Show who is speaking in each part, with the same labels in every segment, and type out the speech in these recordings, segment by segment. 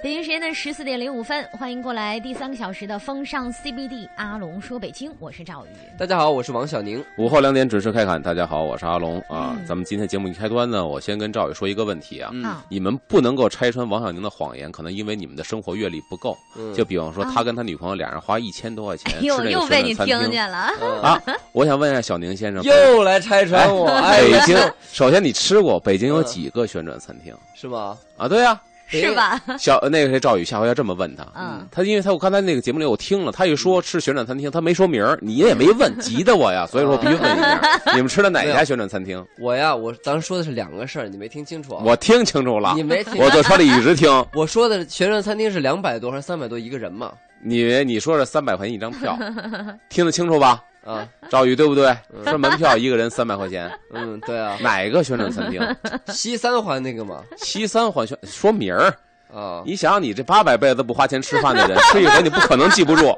Speaker 1: 北京时间的十四点零五分，欢迎过来第三个小时的风尚 CBD，阿龙说北京，我是赵宇。
Speaker 2: 大家好，我是王小宁。
Speaker 3: 午后两点准时开侃，大家好，我是阿龙啊。
Speaker 1: 嗯
Speaker 3: 咱们今天节目一开端呢，我先跟赵宇说一个问题啊，
Speaker 2: 嗯
Speaker 1: 啊，
Speaker 3: 你们不能够拆穿王小宁的谎言，可能因为你们的生活阅历不够。
Speaker 2: 嗯
Speaker 3: 就比方说，
Speaker 1: 啊
Speaker 3: 他跟他女朋友俩人花一千多块钱
Speaker 1: 哎
Speaker 3: 呃吃
Speaker 1: 呦，
Speaker 3: 那
Speaker 1: 又
Speaker 3: 个
Speaker 1: 被
Speaker 3: 水
Speaker 1: 你
Speaker 3: 煮餐
Speaker 1: 听
Speaker 3: 厅
Speaker 1: 见了，
Speaker 2: 啊
Speaker 3: 啊！我想问一下小宁先生，哎
Speaker 2: 又来拆穿我，哎
Speaker 3: 北
Speaker 2: 呀，
Speaker 3: 京，首先你吃过北
Speaker 1: 嗯
Speaker 3: 京有几个旋转餐厅
Speaker 2: 是吗？
Speaker 3: 啊？对呀，
Speaker 1: 是吧？
Speaker 3: 小呃那个谁赵宇下回要这么问他，
Speaker 1: 嗯，
Speaker 3: 他因为他我刚才那个节目里我听了，他一说吃旋转餐厅，他没说名儿，你也没问，急得我呀，所以说我必须问一下，你们吃的哪家旋转餐厅？
Speaker 2: 我呀，我咱说的是两个事儿，你没听清楚啊？
Speaker 3: 我听清楚了
Speaker 2: 你，没听？
Speaker 3: 我坐车里一直听。
Speaker 2: 我说的旋转餐厅是两百多还是三百多一个人嘛？
Speaker 3: 你你说是三百块钱一张票，听得清楚吧？
Speaker 2: 啊，
Speaker 3: 赵宇对不对？说门票一个人三百块钱，
Speaker 2: 嗯，对啊，
Speaker 3: 哪个旋转餐厅？
Speaker 2: 西三环那个嘛，
Speaker 3: 西三环旋说名儿，
Speaker 2: 啊，
Speaker 3: 你想想你这八百辈子不花钱吃饭的人，吃一回你不可能记不住，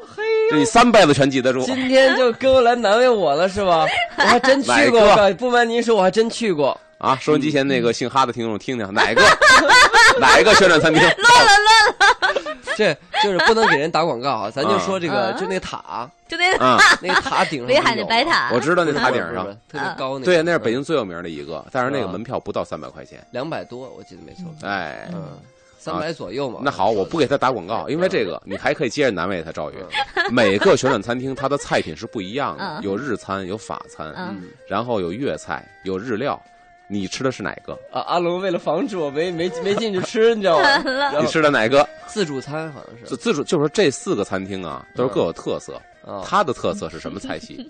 Speaker 3: 这你三辈子全记得住。
Speaker 2: 今天就哥来难为我了是吧？我还真去过，
Speaker 3: 哪个
Speaker 2: 我告诉你不瞒您说，我还真去过。
Speaker 3: 啊，收音机前
Speaker 1: 嗯
Speaker 3: 那个姓哈的听众听听，哪个 哪一个旋转餐厅？
Speaker 2: 这就是不能给人打广告啊，咱就说这个，
Speaker 1: 嗯
Speaker 2: 就那塔，
Speaker 1: 就那个
Speaker 3: 啊，
Speaker 2: 那个塔 顶上
Speaker 1: 北海的
Speaker 2: 有
Speaker 1: 白塔，
Speaker 3: 我知道那塔
Speaker 2: 不
Speaker 3: 顶
Speaker 2: 是不是
Speaker 3: 上，
Speaker 2: 特别高那个，
Speaker 3: 对，那是北京最有名的一个，但是那个
Speaker 2: 嗯
Speaker 3: 门票不到三百块钱。
Speaker 2: 两百多，我记得没错，
Speaker 3: 哎，
Speaker 2: 嗯，三百左右嘛。
Speaker 3: 啊那好，我不给他打广告，因为这
Speaker 2: 嗯
Speaker 3: 个你还可以接着难为他。赵宇， 每个旋转餐厅它的菜品是不一样的
Speaker 1: 嗯，
Speaker 3: 有日餐，有法餐，
Speaker 1: 嗯，
Speaker 3: 然后有粤菜，有日料。你吃的是哪个？
Speaker 2: 啊，阿龙为了防止我没没没进去吃，你知道吗？然
Speaker 3: 你
Speaker 2: 后嗯
Speaker 3: 吃的哪个？
Speaker 2: 自助餐好像
Speaker 3: 自
Speaker 2: 是
Speaker 3: 自助就是这四个餐厅啊，
Speaker 2: 嗯
Speaker 3: 都是各有特色。
Speaker 2: 啊，
Speaker 3: 它的特色是什么 菜系？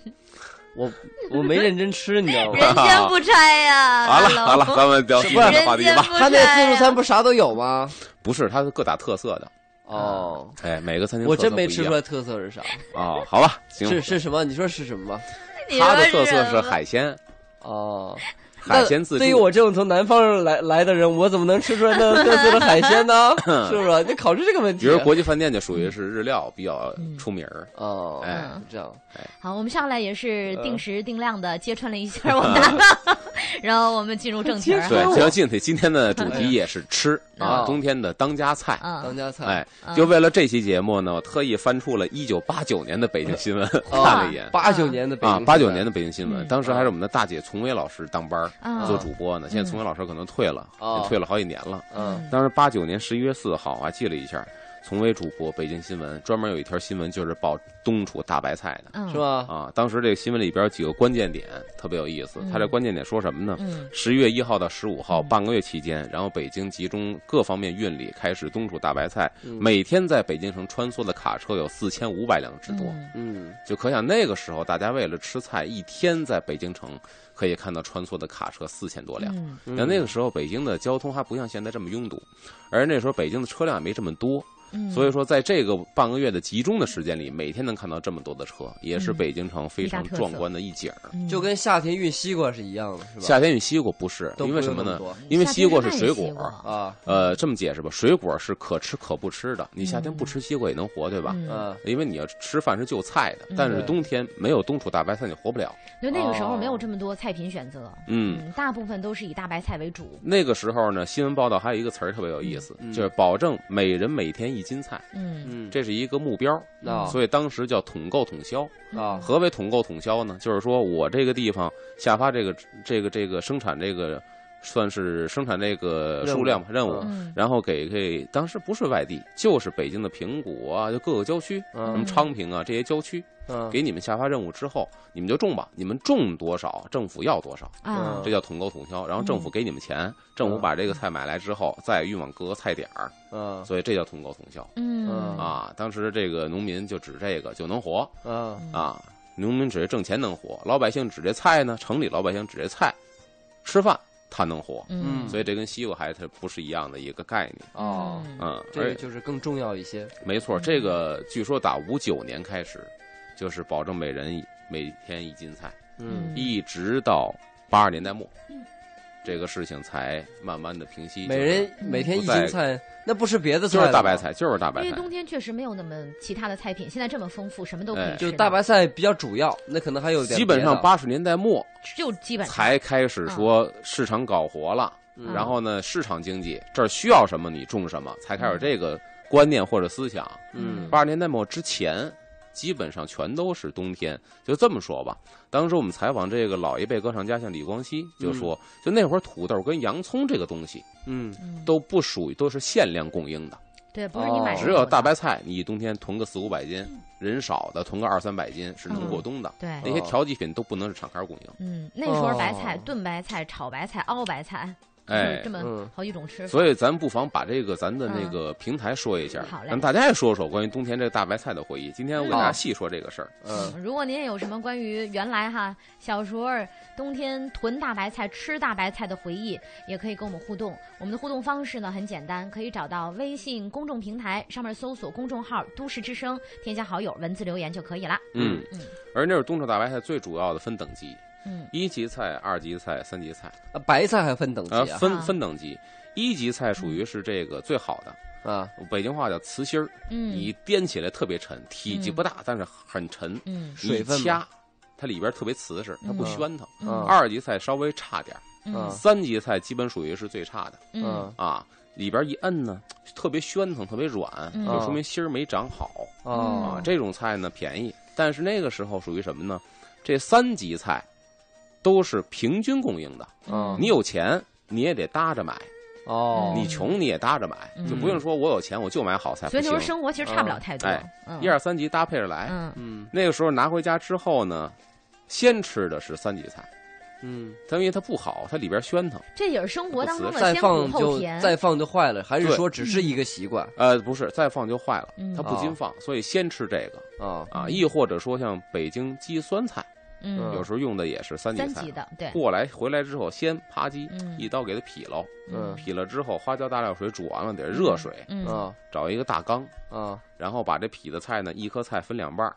Speaker 2: 我我没认真吃，你知道吗？
Speaker 1: 嗯人间不拆呀，
Speaker 3: 好了
Speaker 1: 阿
Speaker 3: 好
Speaker 1: 龙
Speaker 3: 了，咱们聊其他的话
Speaker 1: 人
Speaker 3: 题
Speaker 1: 间
Speaker 3: 吧。
Speaker 1: 不
Speaker 2: 他
Speaker 1: 拆
Speaker 2: 那自助
Speaker 1: 呀
Speaker 2: 餐。不是啥都有吗？
Speaker 3: 不是，它是各打特色的。
Speaker 2: 哦，
Speaker 3: 哎，每个餐厅
Speaker 2: 我
Speaker 3: 特色
Speaker 2: 真没
Speaker 3: 不一
Speaker 2: 吃
Speaker 3: 样
Speaker 2: 出来特色是 啥，
Speaker 3: 哦。好吧，行，
Speaker 2: 是是什么？你说是什么吧？
Speaker 1: 你
Speaker 3: 它的
Speaker 1: 说
Speaker 3: 特色
Speaker 1: 什
Speaker 3: 是
Speaker 1: 么
Speaker 3: 海鲜，
Speaker 2: 哦，
Speaker 3: 海鲜自助。
Speaker 2: 对于我这种从南方来来的人，我怎么能吃出来那特色的海鲜 呢？是不是？你考虑这个问
Speaker 3: 比
Speaker 2: 题。
Speaker 3: 如国际饭店就属于是日料比较
Speaker 2: 嗯
Speaker 3: 出名儿，
Speaker 2: 哦，
Speaker 3: 哎
Speaker 2: 这样
Speaker 1: 嗯好，我们上来也是定时定量的揭穿了一下我们大然后我们进入正题儿
Speaker 2: 嗯
Speaker 1: 哈。
Speaker 3: 对，
Speaker 2: 嗯
Speaker 3: 就像进去今天的主题也是吃
Speaker 2: 嗯
Speaker 3: 啊
Speaker 2: 嗯，啊
Speaker 3: 冬天的当家菜。
Speaker 2: 当
Speaker 1: 嗯，
Speaker 2: 家菜。
Speaker 3: 哎
Speaker 1: 嗯，
Speaker 3: 就为了这期节目呢，我特意翻出了1989年的北京新闻
Speaker 2: 哦
Speaker 3: 看了一眼
Speaker 2: 八九年的北
Speaker 3: 啊，
Speaker 2: 京，
Speaker 3: 八九年的北京新闻，
Speaker 1: 嗯
Speaker 3: 当时还是我们的大姐丛薇老师当班儿
Speaker 1: 啊
Speaker 3: 嗯做主播呢，现在丛薇老师可能退了，
Speaker 2: 嗯哦
Speaker 3: 也退了好几年了。
Speaker 2: 嗯，
Speaker 3: 当时八九年十一月四号，我还记了一下，丛薇主播北京新闻专门有一条新闻就是报东楚大白菜的
Speaker 1: 嗯
Speaker 2: 是？吧？
Speaker 3: 啊。当时这个新闻里边有几个关键点特别有意思，它这关键点说什么呢？
Speaker 1: 嗯
Speaker 3: 十一月一号到十五号半个月期间，然后北京集中各方面运力开始东楚大白菜，
Speaker 1: 嗯
Speaker 3: 每天在北京城穿梭的卡车有四千五百辆之多，
Speaker 1: 嗯
Speaker 2: 嗯，
Speaker 3: 就可想那个时候大家为了吃菜，一天在北京城可以看到穿梭的卡车四千多辆。
Speaker 1: 嗯
Speaker 3: 那那个时候北京的交通还不像现在这么拥堵，而那时候北京的车辆也没这么多，
Speaker 1: 嗯，
Speaker 3: 所以说在这个半个月的集中的时间里，每天能看到这么多的车，也是北京城非常
Speaker 1: 嗯一大特色
Speaker 3: 壮观的一景儿。
Speaker 1: 嗯
Speaker 2: 就跟夏天运西瓜是一样的，是吧？
Speaker 3: 夏天与西瓜不是，
Speaker 2: 都不
Speaker 3: 因为什么呢
Speaker 2: 用那么多？
Speaker 3: 因为
Speaker 1: 夏
Speaker 3: 西瓜
Speaker 1: 天
Speaker 3: 是
Speaker 1: 是
Speaker 3: 水
Speaker 1: 卖西
Speaker 3: 果
Speaker 1: 瓜，
Speaker 2: 啊，
Speaker 3: 呃，这么解释吧，水果是可吃可不吃的，你夏天不吃西瓜也能活，对吧？
Speaker 1: 嗯
Speaker 3: 呃
Speaker 2: 嗯，
Speaker 3: 因为你要吃饭是就菜的，但是
Speaker 2: 对
Speaker 3: 冬天没有冬储大白菜你活不了。
Speaker 1: 就那个时候没有
Speaker 2: 哦
Speaker 1: 这么多菜品选择，
Speaker 3: 嗯，
Speaker 1: 嗯，大部分都是以大白菜为主，
Speaker 3: 那个时候呢，新闻报道还有一个词儿特别有意思，
Speaker 2: 嗯
Speaker 3: 就是保证每人每天一斤菜，
Speaker 1: 嗯
Speaker 2: 嗯，
Speaker 3: 这是一个目标，
Speaker 2: 啊
Speaker 3: 所以当时叫统购统销。
Speaker 2: 啊，
Speaker 3: 何为统购统销呢？就是说我这个地方下发这个这个这个生产这个算是生产这个
Speaker 2: 任务
Speaker 3: 数量吧任务，
Speaker 1: 嗯
Speaker 3: 然后给给当时不是外地，就是北京的平谷啊，就各个郊区，什么
Speaker 2: 嗯
Speaker 3: 昌平啊这些郊区，
Speaker 2: 嗯，
Speaker 3: 给你们下发任务之后，你们就种吧，你们种多少，政府要多少，
Speaker 1: 啊
Speaker 2: 嗯
Speaker 3: 这叫统购统销。然后政府给你们钱，政府把这个菜买来之后，再运往各个菜点儿，
Speaker 2: 嗯
Speaker 3: 所以这叫统购统销
Speaker 1: 嗯
Speaker 2: 嗯
Speaker 3: 啊。当时这个农民就指这个就能活
Speaker 2: 嗯，
Speaker 3: 啊，农民指这挣钱能活，老百姓指这菜呢，城里老百姓指这菜，吃饭他能活，
Speaker 1: 嗯
Speaker 3: 所以这跟西瓜还它不是一样的一个概念。
Speaker 2: 哦，
Speaker 1: 嗯
Speaker 3: 嗯，
Speaker 2: 这
Speaker 3: 而
Speaker 2: 个就是更重要一些。
Speaker 3: 没错，这个据说打五九年开始，就是保证每人每天一斤菜，
Speaker 1: 嗯
Speaker 3: 一直到八十年代末，这个事情才慢慢的平息。
Speaker 2: 嗯每人每天一斤菜，那不是别的菜，
Speaker 3: 就是就是大白，菜，就是大白
Speaker 1: 因为
Speaker 3: 菜。
Speaker 1: 冬天确实没有那么其他的菜品，现在这么丰富，什么都可以
Speaker 3: 哎
Speaker 1: 吃。
Speaker 2: 就是大，白菜比较主要，那可能还有点
Speaker 3: 基本上
Speaker 2: 别的
Speaker 3: 八十年代末
Speaker 1: 就基本上
Speaker 3: 才开始说市场搞活了，
Speaker 2: 嗯
Speaker 3: 然后呢，市场经济这儿需要什么你种什么，才开始这个观念或者思想。
Speaker 2: 嗯
Speaker 3: 八十年代末之前，基本上全都是冬天。就这么说吧，当时我们采访这个老一辈歌唱家，像李光羲，就说，就那会儿土豆跟洋葱这个东西
Speaker 2: 嗯
Speaker 1: 嗯
Speaker 3: 都不属于都是限量供应的，
Speaker 1: 对，不是你买
Speaker 2: 哦嗯
Speaker 1: 什么
Speaker 3: 只有大
Speaker 1: 的
Speaker 3: 白菜，你一冬天囤个四五百斤，人少的囤个二三百斤是能过冬的。
Speaker 1: 对，
Speaker 3: 那些调剂品都不能是厂开供应，
Speaker 1: 嗯，那时候白菜、
Speaker 2: 哦
Speaker 1: 炖白菜、炒白菜、熬白菜，就是
Speaker 3: 哎
Speaker 1: 这，么
Speaker 2: 嗯
Speaker 1: 好几种吃法。
Speaker 3: 所以咱不妨把这个咱的那个平台说一下
Speaker 1: 嗯好，嘞
Speaker 3: 让大家也说说关于冬天这个大白菜的回忆。今天我给大家细说这个事儿，
Speaker 2: 嗯，
Speaker 1: 嗯如果您也有什么关于原来哈小时候冬天囤大白菜、吃大白菜的回忆，也可以跟我们互动。我们的互动方式呢很简单，可以找到微信公众平台上面搜索公众号“都市之声”，添加好友，文字留言就可以啦。
Speaker 3: 嗯
Speaker 1: 嗯，
Speaker 3: 而那是冬至大白菜最主要的分等级，
Speaker 1: 嗯，
Speaker 3: 一级菜、二级菜、三级菜，
Speaker 2: 啊白菜还分等
Speaker 3: 呃，
Speaker 2: 级啊
Speaker 3: 分
Speaker 1: 啊
Speaker 3: 分等级。一级菜属于是这个最好的，
Speaker 2: 啊，
Speaker 3: 北京话叫瓷心儿，
Speaker 1: 嗯
Speaker 3: 你掂起来特别沉，体积不大，但是很沉，
Speaker 1: 嗯
Speaker 3: 你一
Speaker 2: 水分嘛
Speaker 3: 掐，它里边特别瓷实，它
Speaker 2: 嗯
Speaker 3: 不宣腾。
Speaker 1: 嗯
Speaker 3: 二级菜稍微差点儿，
Speaker 1: 嗯
Speaker 3: 三级菜基本属于是最差的
Speaker 1: 嗯
Speaker 2: 嗯
Speaker 3: 啊，里边一摁呢，特别宣腾，特别软，
Speaker 1: 嗯
Speaker 3: 就说明芯儿没长好
Speaker 1: 嗯
Speaker 2: 啊
Speaker 3: 啊。这种菜呢便宜，但是那个时候属于什么呢？这三级菜都是平均供应的，
Speaker 1: 哦
Speaker 2: 嗯
Speaker 3: 你有钱你也得搭着买，
Speaker 2: 哦，
Speaker 3: 你穷你也搭着买，就不用说我有钱我就买好菜，
Speaker 1: 嗯所以那时
Speaker 3: 不
Speaker 1: 候
Speaker 3: 行，
Speaker 1: 生活其实差不了太多
Speaker 3: 哎。
Speaker 1: 嗯，
Speaker 3: 一二哎三级搭配着来。
Speaker 1: 嗯
Speaker 2: 嗯
Speaker 3: 那个时候拿回家之后呢，先吃的是三级菜，
Speaker 2: 嗯，
Speaker 3: 它因为它不好，它里边宣腾。
Speaker 1: 这也是生活当中的
Speaker 2: 再
Speaker 1: 先苦
Speaker 2: 放
Speaker 1: 后
Speaker 2: 就
Speaker 1: 甜。
Speaker 2: 再放就坏了，还是
Speaker 3: 对
Speaker 2: 说只是一个习惯
Speaker 3: 呃，不是，再放就坏了
Speaker 1: 嗯，
Speaker 3: 它不禁放，所以先吃这个
Speaker 2: 啊？
Speaker 3: 啊，
Speaker 1: 嗯
Speaker 3: 亦或者说像北京鸡酸菜，
Speaker 1: 嗯
Speaker 2: 嗯
Speaker 3: 有时候用的也是三级
Speaker 1: 三
Speaker 3: 菜
Speaker 1: 级。的对，
Speaker 3: 过来回来之后，先扒鸡，
Speaker 1: 嗯
Speaker 3: 一刀给它劈喽，
Speaker 1: 嗯
Speaker 3: 劈了之后，花椒大料水煮完了，得热水，
Speaker 1: 嗯
Speaker 2: 啊
Speaker 3: 找一个大缸，
Speaker 2: 啊
Speaker 3: 然后把这劈的菜呢，一颗菜分两半儿，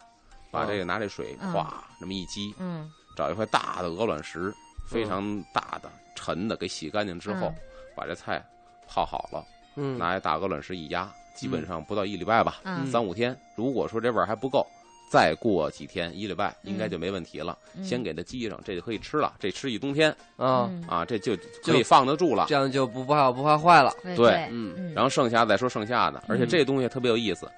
Speaker 3: 把这个拿这水
Speaker 1: 哦嗯
Speaker 3: 哗那么一激，
Speaker 1: 嗯
Speaker 3: 找一块大的鹅卵石，非常大的沉的，给洗干净之后
Speaker 1: 嗯，
Speaker 3: 把这菜泡好了，
Speaker 2: 嗯
Speaker 3: 拿一大鹅卵石一压，基本上不到一礼拜吧，
Speaker 1: 嗯
Speaker 3: 三五天。如果说这味儿还不够，再过几天一礼拜应该就没问题了。
Speaker 1: 嗯
Speaker 3: 先给它积上，这就可以吃了。这吃一冬天
Speaker 2: 啊，
Speaker 1: 嗯
Speaker 3: 啊，这就可以放得住了
Speaker 2: 这。样就不怕不怕坏了。
Speaker 1: 对
Speaker 3: 对
Speaker 2: 嗯
Speaker 1: 嗯，
Speaker 3: 然后剩下再说剩下的，而且这东西特别有意思，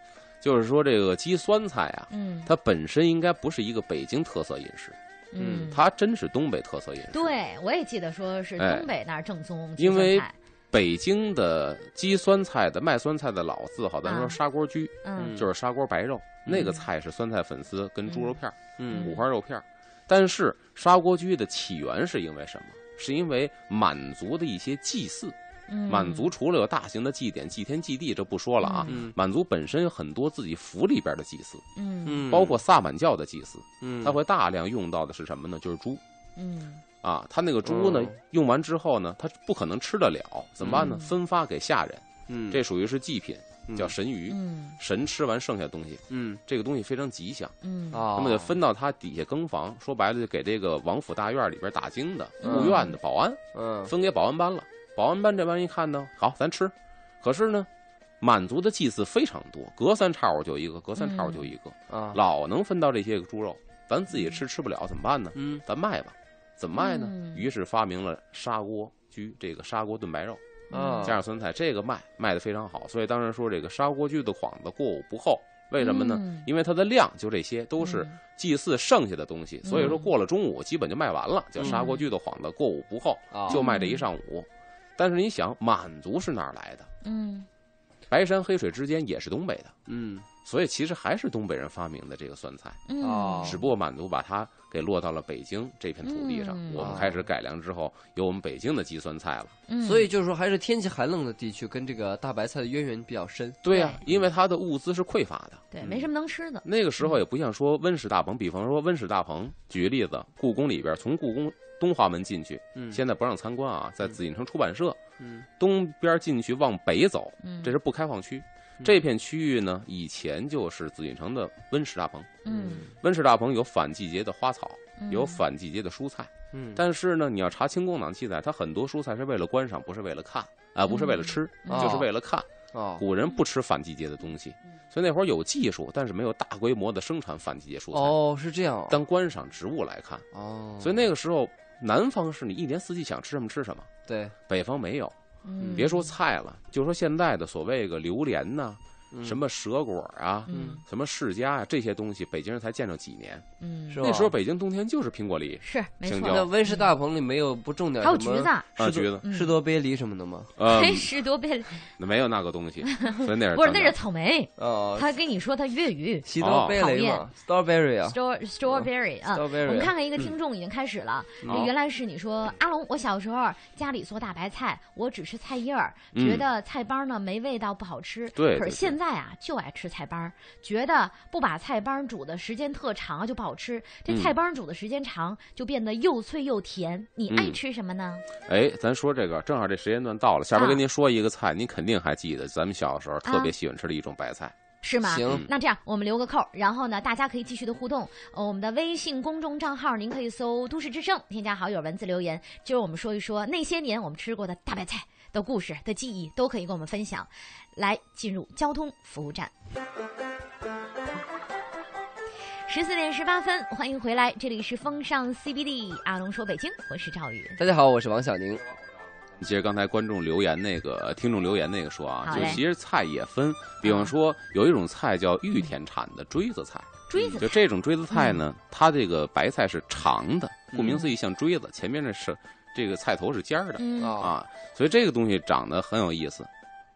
Speaker 3: 就是说这个鸡酸菜啊，
Speaker 1: 嗯
Speaker 3: 它本身应该不是一个北京特色饮食，
Speaker 1: 嗯，
Speaker 3: 它真是东北特色饮食。，
Speaker 1: 对我也记得说是
Speaker 3: 哎
Speaker 1: 东北那儿正宗
Speaker 3: 因为
Speaker 1: 青菜
Speaker 3: 北京的鸡酸菜的卖酸菜的老字号，咱说
Speaker 1: 啊
Speaker 3: 砂锅居，
Speaker 1: 嗯
Speaker 2: 嗯
Speaker 3: 就是砂锅白肉，那个菜是酸菜粉丝跟猪肉片儿。
Speaker 2: 嗯
Speaker 3: 五花肉片儿。但是砂锅居的起源是因为什么？是因为满族的一些祭祀，
Speaker 1: 嗯
Speaker 3: 满族除了有大型的祭典、祭天、祭地，这不说了啊。
Speaker 2: 嗯
Speaker 3: 满族本身有很多自己府里边的祭祀，
Speaker 1: 嗯
Speaker 2: 嗯，
Speaker 3: 包括萨满教的祭祀，
Speaker 2: 嗯
Speaker 3: 它会大量用到的是什么呢？就是猪
Speaker 1: 嗯
Speaker 3: 啊，它那个猪呢
Speaker 2: 哦，
Speaker 3: 用完之后呢，它不可能吃得了，怎么办呢？
Speaker 1: 嗯
Speaker 3: 分发给下人，
Speaker 2: 嗯
Speaker 3: 这属于是祭品，叫神鱼。
Speaker 1: 嗯
Speaker 3: 神吃完剩下东西，
Speaker 2: 嗯
Speaker 3: 这个东西非常吉祥。
Speaker 1: 嗯
Speaker 2: 啊，
Speaker 3: 那么就分到他底下更房，说白了就给这个王府大院里边打更的、
Speaker 1: 嗯
Speaker 3: 护院的、保安，
Speaker 2: 嗯
Speaker 3: 分给保安班了。保安班这帮人一看呢，好，咱吃。可是呢，满族的祭祀非常多，隔三差五就一个，隔三差五就一个，
Speaker 1: 嗯
Speaker 2: 啊
Speaker 3: 老能分到这些个猪肉，咱自己吃吃不了怎么办呢？
Speaker 2: 嗯
Speaker 3: 咱卖吧，怎么卖呢？
Speaker 1: 嗯
Speaker 3: 于是发明了砂锅居这个砂锅炖白肉，
Speaker 1: 嗯
Speaker 2: 啊
Speaker 3: 加上酸菜，这个卖卖的非常好。所以当然说这个砂锅居的幌子过午不候，为什么呢？
Speaker 1: 嗯
Speaker 3: 因为它的量就这些，都是
Speaker 1: 嗯
Speaker 3: 祭祀剩下的东西，所以说
Speaker 1: 嗯
Speaker 3: 过了中午基本就卖完了，叫砂锅居的幌子过午不候，
Speaker 2: 啊
Speaker 3: 就卖这一上午。但是你想，满族是哪儿来的？
Speaker 1: 嗯
Speaker 3: 白山黑水之间也是东北的，
Speaker 2: 嗯
Speaker 3: 所以其实还是东北人发明的这个酸菜，
Speaker 1: 嗯
Speaker 2: 哦
Speaker 3: 只不过满族把它给落到了北京这片土地上
Speaker 1: 嗯，
Speaker 3: 我们开始改良之后，有我们北京的鸡酸菜了。
Speaker 1: 嗯
Speaker 2: 所以就是说，还是天气寒冷的地区跟这个大白菜的渊源比较深。
Speaker 3: 对呀、因为它的物资是匮乏的。
Speaker 1: 对没什么能吃的
Speaker 3: 那个时候也不像说温室大棚，比方说温室大棚，举个例子，故宫里边从故宫东华门进去，
Speaker 2: 嗯
Speaker 3: 现在不让参观啊，在紫禁城出版社
Speaker 2: 嗯
Speaker 3: 东边进去往北走，
Speaker 1: 嗯
Speaker 3: 这是不开放区。
Speaker 2: 嗯
Speaker 3: 这片区域呢，以前就是紫禁城的温室大棚。
Speaker 1: 嗯
Speaker 3: 温室大棚有反季节的花草，
Speaker 1: 嗯
Speaker 3: 有反季节的蔬菜。
Speaker 2: 嗯
Speaker 3: 但是呢，你要查清宫档记载，它很多蔬菜是为了观赏，不是为了看啊、不是为了吃，
Speaker 2: 嗯
Speaker 3: 就是为了看。
Speaker 2: 哦
Speaker 3: 古人不吃反季节的东西，
Speaker 2: 嗯
Speaker 3: 所以那会儿有技术，但是没有大规模的生产反季节蔬菜，
Speaker 2: 哦是这样
Speaker 3: 当观赏植物来看。
Speaker 2: 哦，
Speaker 3: 所以那个时候，南方是你一年四季想吃什么吃什么，
Speaker 2: 对，
Speaker 3: 北方没有。
Speaker 1: 嗯，
Speaker 3: 别说菜了，就说现在的所谓个榴莲呐、
Speaker 2: 嗯
Speaker 3: 什么蛇果啊，
Speaker 1: 嗯
Speaker 3: 什么释迦啊，这些东西，北京人才见着几年。
Speaker 1: 嗯
Speaker 2: 是吧？
Speaker 3: 那时候北京冬天就是苹果梨
Speaker 1: 是没
Speaker 3: 青
Speaker 1: 错，
Speaker 3: 椒
Speaker 2: 那温室大棚里没有不种点
Speaker 1: 还有
Speaker 2: 什
Speaker 1: 橘
Speaker 2: 么
Speaker 1: 子，
Speaker 3: 啊，
Speaker 2: 是
Speaker 3: 橘 子，
Speaker 1: 嗯
Speaker 2: 士多啤梨什么的吗？
Speaker 3: 呃，
Speaker 1: 黑石多贝，
Speaker 3: 没有那个东西，所以那是
Speaker 1: 不是那是
Speaker 3: 咱呃
Speaker 1: 草莓，
Speaker 3: 啊
Speaker 2: 哦，
Speaker 1: 他跟你说他粤语
Speaker 2: 西
Speaker 3: 哦
Speaker 2: 多贝雷嘛，strawberry 啊
Speaker 1: stor
Speaker 3: 嗯
Speaker 1: strawberry 啊。我们
Speaker 2: ，strawberry
Speaker 1: 看
Speaker 2: 啊。
Speaker 1: 看一个听众已经开始了，
Speaker 3: 好
Speaker 1: 这原来是你说阿龙，我小时候家里做大白菜，我只吃菜叶儿，
Speaker 3: 嗯
Speaker 1: 觉得菜帮呢没味道，不好吃。
Speaker 3: 对
Speaker 1: 可
Speaker 3: 对
Speaker 1: 是现在啊，就爱吃菜帮儿，觉得不把菜帮儿煮的时间特长啊就不好吃。这
Speaker 3: 嗯
Speaker 1: 菜帮儿煮的时间长，就变得又脆又甜。你爱
Speaker 3: 嗯
Speaker 1: 吃什么呢？
Speaker 3: 哎，咱说这个，正好这时间段到了，下边
Speaker 1: 啊
Speaker 3: 跟您说一个菜，您肯定还记得，咱们小时候特别喜欢吃的一种白菜。
Speaker 1: 是吗？
Speaker 3: 嗯
Speaker 2: 行，
Speaker 1: 那这样，我们留个扣儿，然后呢，大家可以继续的互动。呃，我们的微信公众账号，您可以搜“都市之声”，添加好友，文字留言。今儿我们说一说那些年我们吃过的大白菜的故事的记忆，都可以跟我们分享。来，进入交通服务站。十四点十八分，欢迎回来，这里是风尚 CBD，阿龙说北京，我是赵宇。
Speaker 2: 大家好，我是王小宁。
Speaker 3: 你接着刚才观众留言那个听众留言那个说啊，
Speaker 1: 好
Speaker 3: 就
Speaker 1: 嘞嗯
Speaker 3: 其实菜也分，比方说有一种菜叫玉田产的锥子菜，
Speaker 1: 锥子嗯
Speaker 3: 嗯就这种锥子菜呢，它这个白菜是长的，顾名思义像锥子，前面那是这个菜头是尖儿的
Speaker 1: 嗯，
Speaker 2: 啊，
Speaker 3: 啊，所以这个东西长得很有意思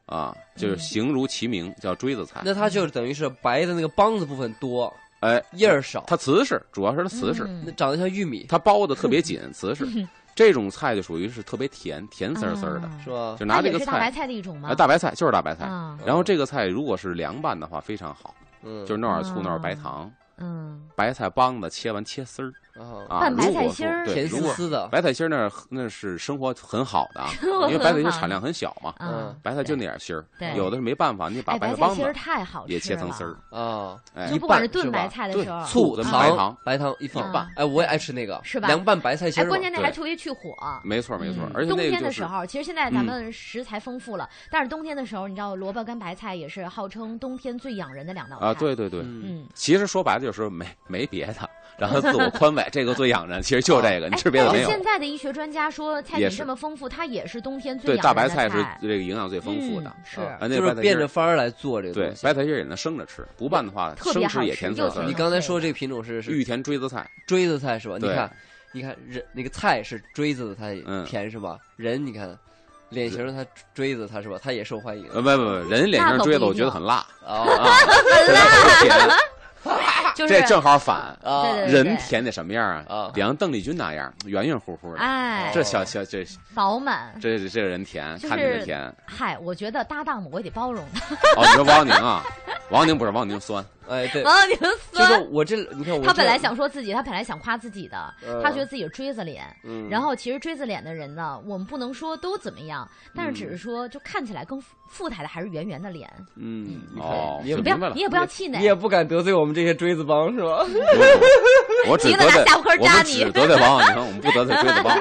Speaker 3: 啊，
Speaker 1: 嗯
Speaker 3: 就是形如其名，叫锥子菜。
Speaker 2: 那它就等于是白的那个帮子部分多，
Speaker 3: 哎，
Speaker 2: 叶儿少，
Speaker 3: 它瓷实，主要是它瓷实，
Speaker 1: 嗯
Speaker 2: 那长得像玉米
Speaker 3: 它包的特别紧，瓷实。这种菜就属于是特别甜，甜丝儿丝儿的，
Speaker 1: 啊
Speaker 2: 是吧？
Speaker 3: 就
Speaker 1: 它
Speaker 3: 拿这
Speaker 1: 也
Speaker 3: 个
Speaker 1: 是大白
Speaker 3: 菜，
Speaker 1: 菜的一种吗
Speaker 3: 啊，？大白菜就是大白菜。
Speaker 1: 啊，
Speaker 3: 然后这个菜如果是凉拌的话非常好，
Speaker 2: 嗯，
Speaker 3: 就是弄点醋，
Speaker 1: 嗯
Speaker 3: 弄点白糖，
Speaker 1: 嗯，
Speaker 3: 白菜帮子切完切丝儿
Speaker 2: 啊，
Speaker 3: 啊。
Speaker 1: 拌白
Speaker 3: 如果
Speaker 1: 菜
Speaker 3: 说
Speaker 1: 心儿
Speaker 3: 对，
Speaker 2: 甜
Speaker 3: 如
Speaker 2: 丝
Speaker 3: 果
Speaker 2: 丝的，
Speaker 3: 白菜心儿那儿那是生活很好的啊，
Speaker 1: 生活
Speaker 3: 因为白菜
Speaker 1: 很
Speaker 3: 心儿
Speaker 1: 好
Speaker 3: 产量很小嘛，
Speaker 1: 啊
Speaker 3: 白菜就那点心儿
Speaker 1: 对，
Speaker 3: 有的是没办法，嗯你把
Speaker 1: 哎，
Speaker 3: 白
Speaker 1: 白
Speaker 3: 菜
Speaker 1: 菜
Speaker 3: 帮
Speaker 1: 心儿
Speaker 3: 子
Speaker 1: 太好吃了，
Speaker 3: 也切成丝儿，
Speaker 2: 啊，
Speaker 3: 哎
Speaker 1: 就，不管是炖白菜的时候，
Speaker 3: 醋跟白糖
Speaker 2: 糖、白糖一放
Speaker 1: 一拌，
Speaker 2: 哎，我也爱吃那个，
Speaker 1: 是吧
Speaker 2: 凉拌白菜心
Speaker 1: 哎，
Speaker 2: 儿嘛，
Speaker 1: 关键那还
Speaker 3: 对
Speaker 1: 特别去火。
Speaker 3: 没错没错
Speaker 1: 嗯，
Speaker 3: 而且
Speaker 1: 冬
Speaker 3: 那个
Speaker 1: 天
Speaker 3: 就
Speaker 1: 的时
Speaker 3: 是嗯
Speaker 1: 候，其实现在咱们食材丰富了，但是冬天的时候，你知道萝卜跟白菜也是号称冬天最养人的两道菜。
Speaker 3: 啊，，对对对，
Speaker 2: 嗯，
Speaker 1: 嗯，
Speaker 3: 其实说白了就是没没别的，让他 自我宽慰，这个最养人，其实就这个，你吃别的
Speaker 1: 但
Speaker 3: 没
Speaker 1: 是
Speaker 3: 有。
Speaker 1: 哎现在的医学专家说，菜
Speaker 3: 也
Speaker 1: 品
Speaker 3: 是
Speaker 1: 这么丰富，它也是冬天最
Speaker 3: 对，
Speaker 1: 养
Speaker 3: 大
Speaker 1: 人的
Speaker 3: 白菜是
Speaker 1: 菜
Speaker 3: 这个营养最丰富的
Speaker 1: 嗯，是
Speaker 2: 啊
Speaker 3: 啊，那
Speaker 2: 就
Speaker 3: 白
Speaker 2: 是
Speaker 3: 菜
Speaker 2: 变
Speaker 3: 心儿
Speaker 2: 着法儿来做这个
Speaker 3: 对
Speaker 2: 东，西。
Speaker 3: 白菜心儿也能生着吃，不拌的话，
Speaker 1: 特
Speaker 3: 生
Speaker 1: 别好
Speaker 3: 吃也
Speaker 1: 吃
Speaker 3: 甜丝
Speaker 1: 又
Speaker 3: 丝儿
Speaker 1: 甜
Speaker 2: 你
Speaker 3: 的。
Speaker 2: 刚才说这个品种是是
Speaker 3: 玉田锥子菜，
Speaker 2: 锥子菜是吧？你
Speaker 3: 对
Speaker 2: 看，你看人那个菜是锥子的，它也
Speaker 3: 嗯
Speaker 2: 甜是吧？人你看，脸型儿它锥子它是吧？它也受欢迎
Speaker 3: 呃，不不不，人脸上锥子，我觉得很 辣
Speaker 2: 啊
Speaker 3: 啊， 很辣，
Speaker 1: 就是
Speaker 3: 这正好反。
Speaker 2: 啊
Speaker 1: 对对
Speaker 3: 人甜得什么样啊
Speaker 2: 啊？
Speaker 3: 比方邓丽君那样，圆圆乎乎的。
Speaker 1: 哎
Speaker 3: 这小小这
Speaker 1: 饱满。
Speaker 3: 这这这人甜，
Speaker 1: 就是
Speaker 3: 看着就甜。
Speaker 1: 嗨，我觉得搭档们我也得包容他，
Speaker 3: 哦，你说王宁啊，王宁不是王宁酸，
Speaker 2: 哎 对，
Speaker 1: 王宁
Speaker 2: 就
Speaker 1: 酸
Speaker 2: 是。我这你看我
Speaker 1: 他
Speaker 2: 这
Speaker 1: 呃本来想说自己，他本来想夸自己的，
Speaker 2: 嗯
Speaker 1: 他觉得自己是锥子脸，
Speaker 2: 嗯
Speaker 1: 然后其实锥子脸的人呢，我们不能说都怎么样，但是只是说就看起来更富富态的还是圆圆的脸，
Speaker 2: 嗯你看
Speaker 3: 哦，
Speaker 2: 你
Speaker 3: 就
Speaker 2: 也
Speaker 1: 不要
Speaker 3: 明白了
Speaker 1: 你。也不要气馁
Speaker 2: 你，也不敢得罪我们这些锥子帮是吧？
Speaker 3: 我只
Speaker 1: 急
Speaker 3: 得
Speaker 1: 了拿
Speaker 3: 罪
Speaker 1: 下巴，颏
Speaker 3: 我
Speaker 1: 扎
Speaker 3: 们
Speaker 1: 你
Speaker 3: 只得罪王王宁，我们不得罪锥 子帮。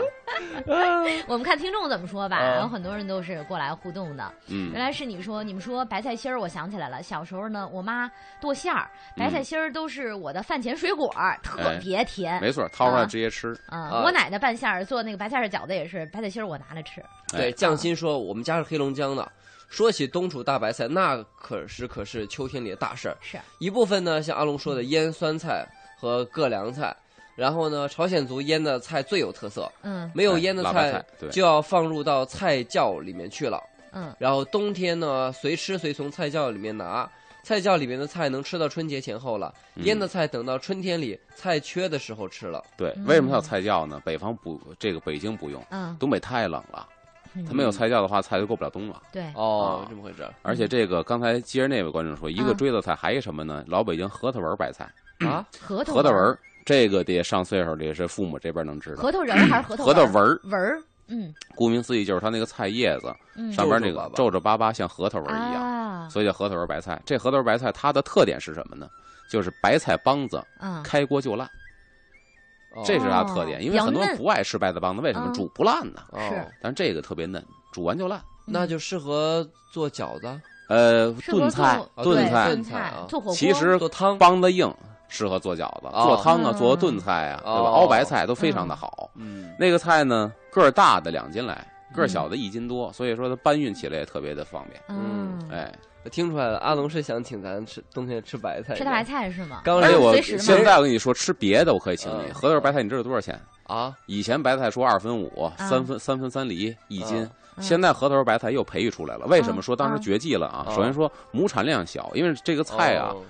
Speaker 1: 我们看听众怎么说吧。
Speaker 2: 嗯
Speaker 1: 然后很多人都是过来互动的，
Speaker 3: 嗯
Speaker 1: 原来是你说你们说白菜心儿，我想起来了，小时候呢，我妈剁馅儿，白菜心儿都是我的饭前水果儿，特别甜。
Speaker 3: 没错，掏出来
Speaker 1: 啊
Speaker 3: 直接吃。
Speaker 1: 啊，
Speaker 2: 啊
Speaker 1: 我奶奶拌馅儿做那个白菜馅儿饺子也是白菜心儿，我拿来吃。
Speaker 2: 对，
Speaker 3: 哎
Speaker 2: 匠心说我们家是黑龙江的。说起冬储大白菜，那可是可是秋天里的大事儿。
Speaker 1: 是，
Speaker 2: 一部分呢，像阿龙说的腌酸菜和各凉菜，然后呢，朝鲜族腌的菜最有特色，
Speaker 1: 嗯
Speaker 2: 没有腌的
Speaker 3: 哎辣白菜对
Speaker 2: 就要放入到菜窖里面去了。
Speaker 1: 嗯，
Speaker 2: 然后冬天呢，随吃随从菜窖里面拿。菜窖里面的菜能吃到春节前后了，
Speaker 3: 嗯
Speaker 2: 腌的菜等到春天里菜缺的时候吃了。
Speaker 3: 对，
Speaker 1: 嗯
Speaker 3: 为什么它有菜窖呢？北方不，这个北京不用，
Speaker 1: 嗯，
Speaker 3: 东北太冷了，
Speaker 1: 嗯
Speaker 3: 它没有菜窖的话，菜就过不了冬了。
Speaker 1: 对，
Speaker 2: 哦
Speaker 3: 啊，
Speaker 2: 这么回事儿
Speaker 3: 而且这个刚才接着那位观众说，一个
Speaker 1: 嗯
Speaker 3: 锥子菜，还一什么呢？老北京核桃仁儿白菜，
Speaker 2: 啊？
Speaker 1: 核桃
Speaker 3: 核桃仁儿，这个得上岁数的是父母这边能知道。
Speaker 1: 核桃仁儿还是核桃
Speaker 3: 核桃仁儿，
Speaker 1: 纹儿，嗯
Speaker 3: 顾名思义就是它那个菜叶子
Speaker 1: 嗯，
Speaker 3: 上边那
Speaker 2: 皱皱巴
Speaker 3: 个
Speaker 2: 巴
Speaker 3: 皱皱巴巴，像核桃纹儿一样，
Speaker 1: 啊，
Speaker 3: 所以叫核桃仁儿白菜。这核桃仁儿白菜它的特点是什么呢？就是白菜帮子
Speaker 1: 嗯，
Speaker 3: 开锅就烂，
Speaker 2: 哦
Speaker 3: 这是它的
Speaker 1: 哦
Speaker 3: 特点。因
Speaker 1: 比
Speaker 3: 为
Speaker 1: 较
Speaker 3: 很多人
Speaker 1: 嫩
Speaker 3: 不爱吃白菜帮子，为什么
Speaker 1: 嗯
Speaker 3: 煮不烂呢？
Speaker 2: 哦
Speaker 1: 是，嗯
Speaker 3: 但这个特别嫩，煮完就烂。
Speaker 2: 那就适合做饺子、
Speaker 3: 呃，
Speaker 1: 适合
Speaker 3: 炖菜
Speaker 1: 做
Speaker 2: 炖
Speaker 1: 对炖
Speaker 3: 菜
Speaker 2: 炖菜啊
Speaker 1: 做火锅，
Speaker 3: 其实
Speaker 2: 做汤。
Speaker 3: 帮子硬，适合做饺子，
Speaker 2: 哦
Speaker 3: 做汤啊，
Speaker 1: 嗯
Speaker 3: 做炖菜啊，对吧？
Speaker 2: 哦
Speaker 3: 熬白菜都非常的好。
Speaker 2: 嗯
Speaker 3: 那个菜呢，个儿大的两斤来，个儿小的一斤多，所以说它搬运起来也特别的方便。
Speaker 1: 嗯，
Speaker 3: 哎，
Speaker 2: 我听出来了，阿龙是想请咱吃冬天吃白菜，
Speaker 1: 吃大白。菜是吗？
Speaker 2: 哎
Speaker 1: 哎
Speaker 2: 刚
Speaker 3: 而且
Speaker 2: 才
Speaker 3: 我
Speaker 1: 随时嘛
Speaker 3: 现在我跟你说，吃别的我可以请你。
Speaker 2: 嗯
Speaker 3: 核桃白菜，你知道多少钱？
Speaker 2: 啊，
Speaker 3: 以前白菜说二分五、三分三分三厘一斤，
Speaker 2: 嗯
Speaker 1: 啊嗯
Speaker 3: 现在核桃白菜又培育出来了。为什么说当时
Speaker 1: 嗯
Speaker 3: 绝迹了啊？
Speaker 2: 嗯
Speaker 3: 首先说亩产量小，因为这个菜啊、
Speaker 2: 哦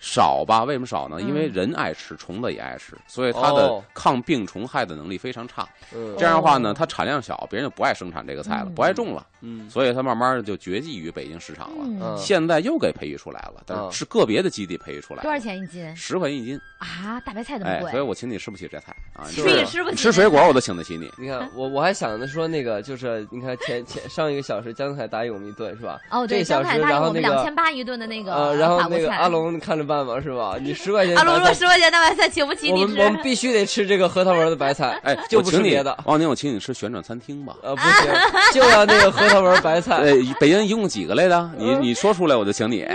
Speaker 3: 少吧？为什么少呢？
Speaker 1: 嗯
Speaker 3: 因为人爱吃，虫子也爱吃，所以它的
Speaker 2: 哦
Speaker 3: 抗病虫害的能力非常差。
Speaker 2: 嗯
Speaker 3: 这样的话
Speaker 1: 哦
Speaker 3: 呢，它产量小，别人就不爱生产这个菜了，
Speaker 1: 嗯
Speaker 3: 不爱种了，
Speaker 2: 嗯
Speaker 3: 所以它慢慢的就绝迹于北京市场了。
Speaker 1: 嗯
Speaker 2: 嗯
Speaker 3: 现在又给培育出来了，但
Speaker 2: 嗯
Speaker 3: 是是个别的基地培育出来。
Speaker 1: 多少？钱一斤
Speaker 3: 十块钱一斤。
Speaker 1: 啊？大白菜这么
Speaker 3: 哎，所以
Speaker 1: 贵，
Speaker 3: 我请你吃不起这菜啊！你
Speaker 2: 是
Speaker 1: 吃也
Speaker 2: 啊
Speaker 1: 吃不
Speaker 3: 你
Speaker 1: 起。
Speaker 3: 吃水果我都请得起你。
Speaker 2: 你
Speaker 1: 啊
Speaker 2: 看，我我还想着说那个，就是你看前前上一个小时江菜打永一顿是吧？
Speaker 1: 哦，
Speaker 2: 这
Speaker 1: 对，
Speaker 2: 个小
Speaker 1: 江
Speaker 2: 时
Speaker 1: 菜大概
Speaker 2: 然后
Speaker 1: 我们
Speaker 2: 那个
Speaker 1: 两千八一顿的那
Speaker 2: 呃，
Speaker 1: 个
Speaker 2: 然后
Speaker 1: 法国
Speaker 2: 那个
Speaker 1: 菜。
Speaker 2: 阿龙看着办吧，是吧？你十块钱，
Speaker 1: 阿龙说十块钱大白菜请不起
Speaker 2: 我
Speaker 1: 你
Speaker 2: 们
Speaker 1: 吃
Speaker 2: 我，们必须得吃这个核桃纹的白 菜，
Speaker 3: 哎，
Speaker 2: 就
Speaker 3: 我
Speaker 2: 不是
Speaker 3: 请你
Speaker 2: 别的，
Speaker 3: 王宁，我请你吃旋转餐厅吧。
Speaker 2: 呃，不行，就要那个核桃纹白 菜。
Speaker 3: 呃，北京一共几个来的？
Speaker 1: 嗯
Speaker 3: 你你说出来我就请你。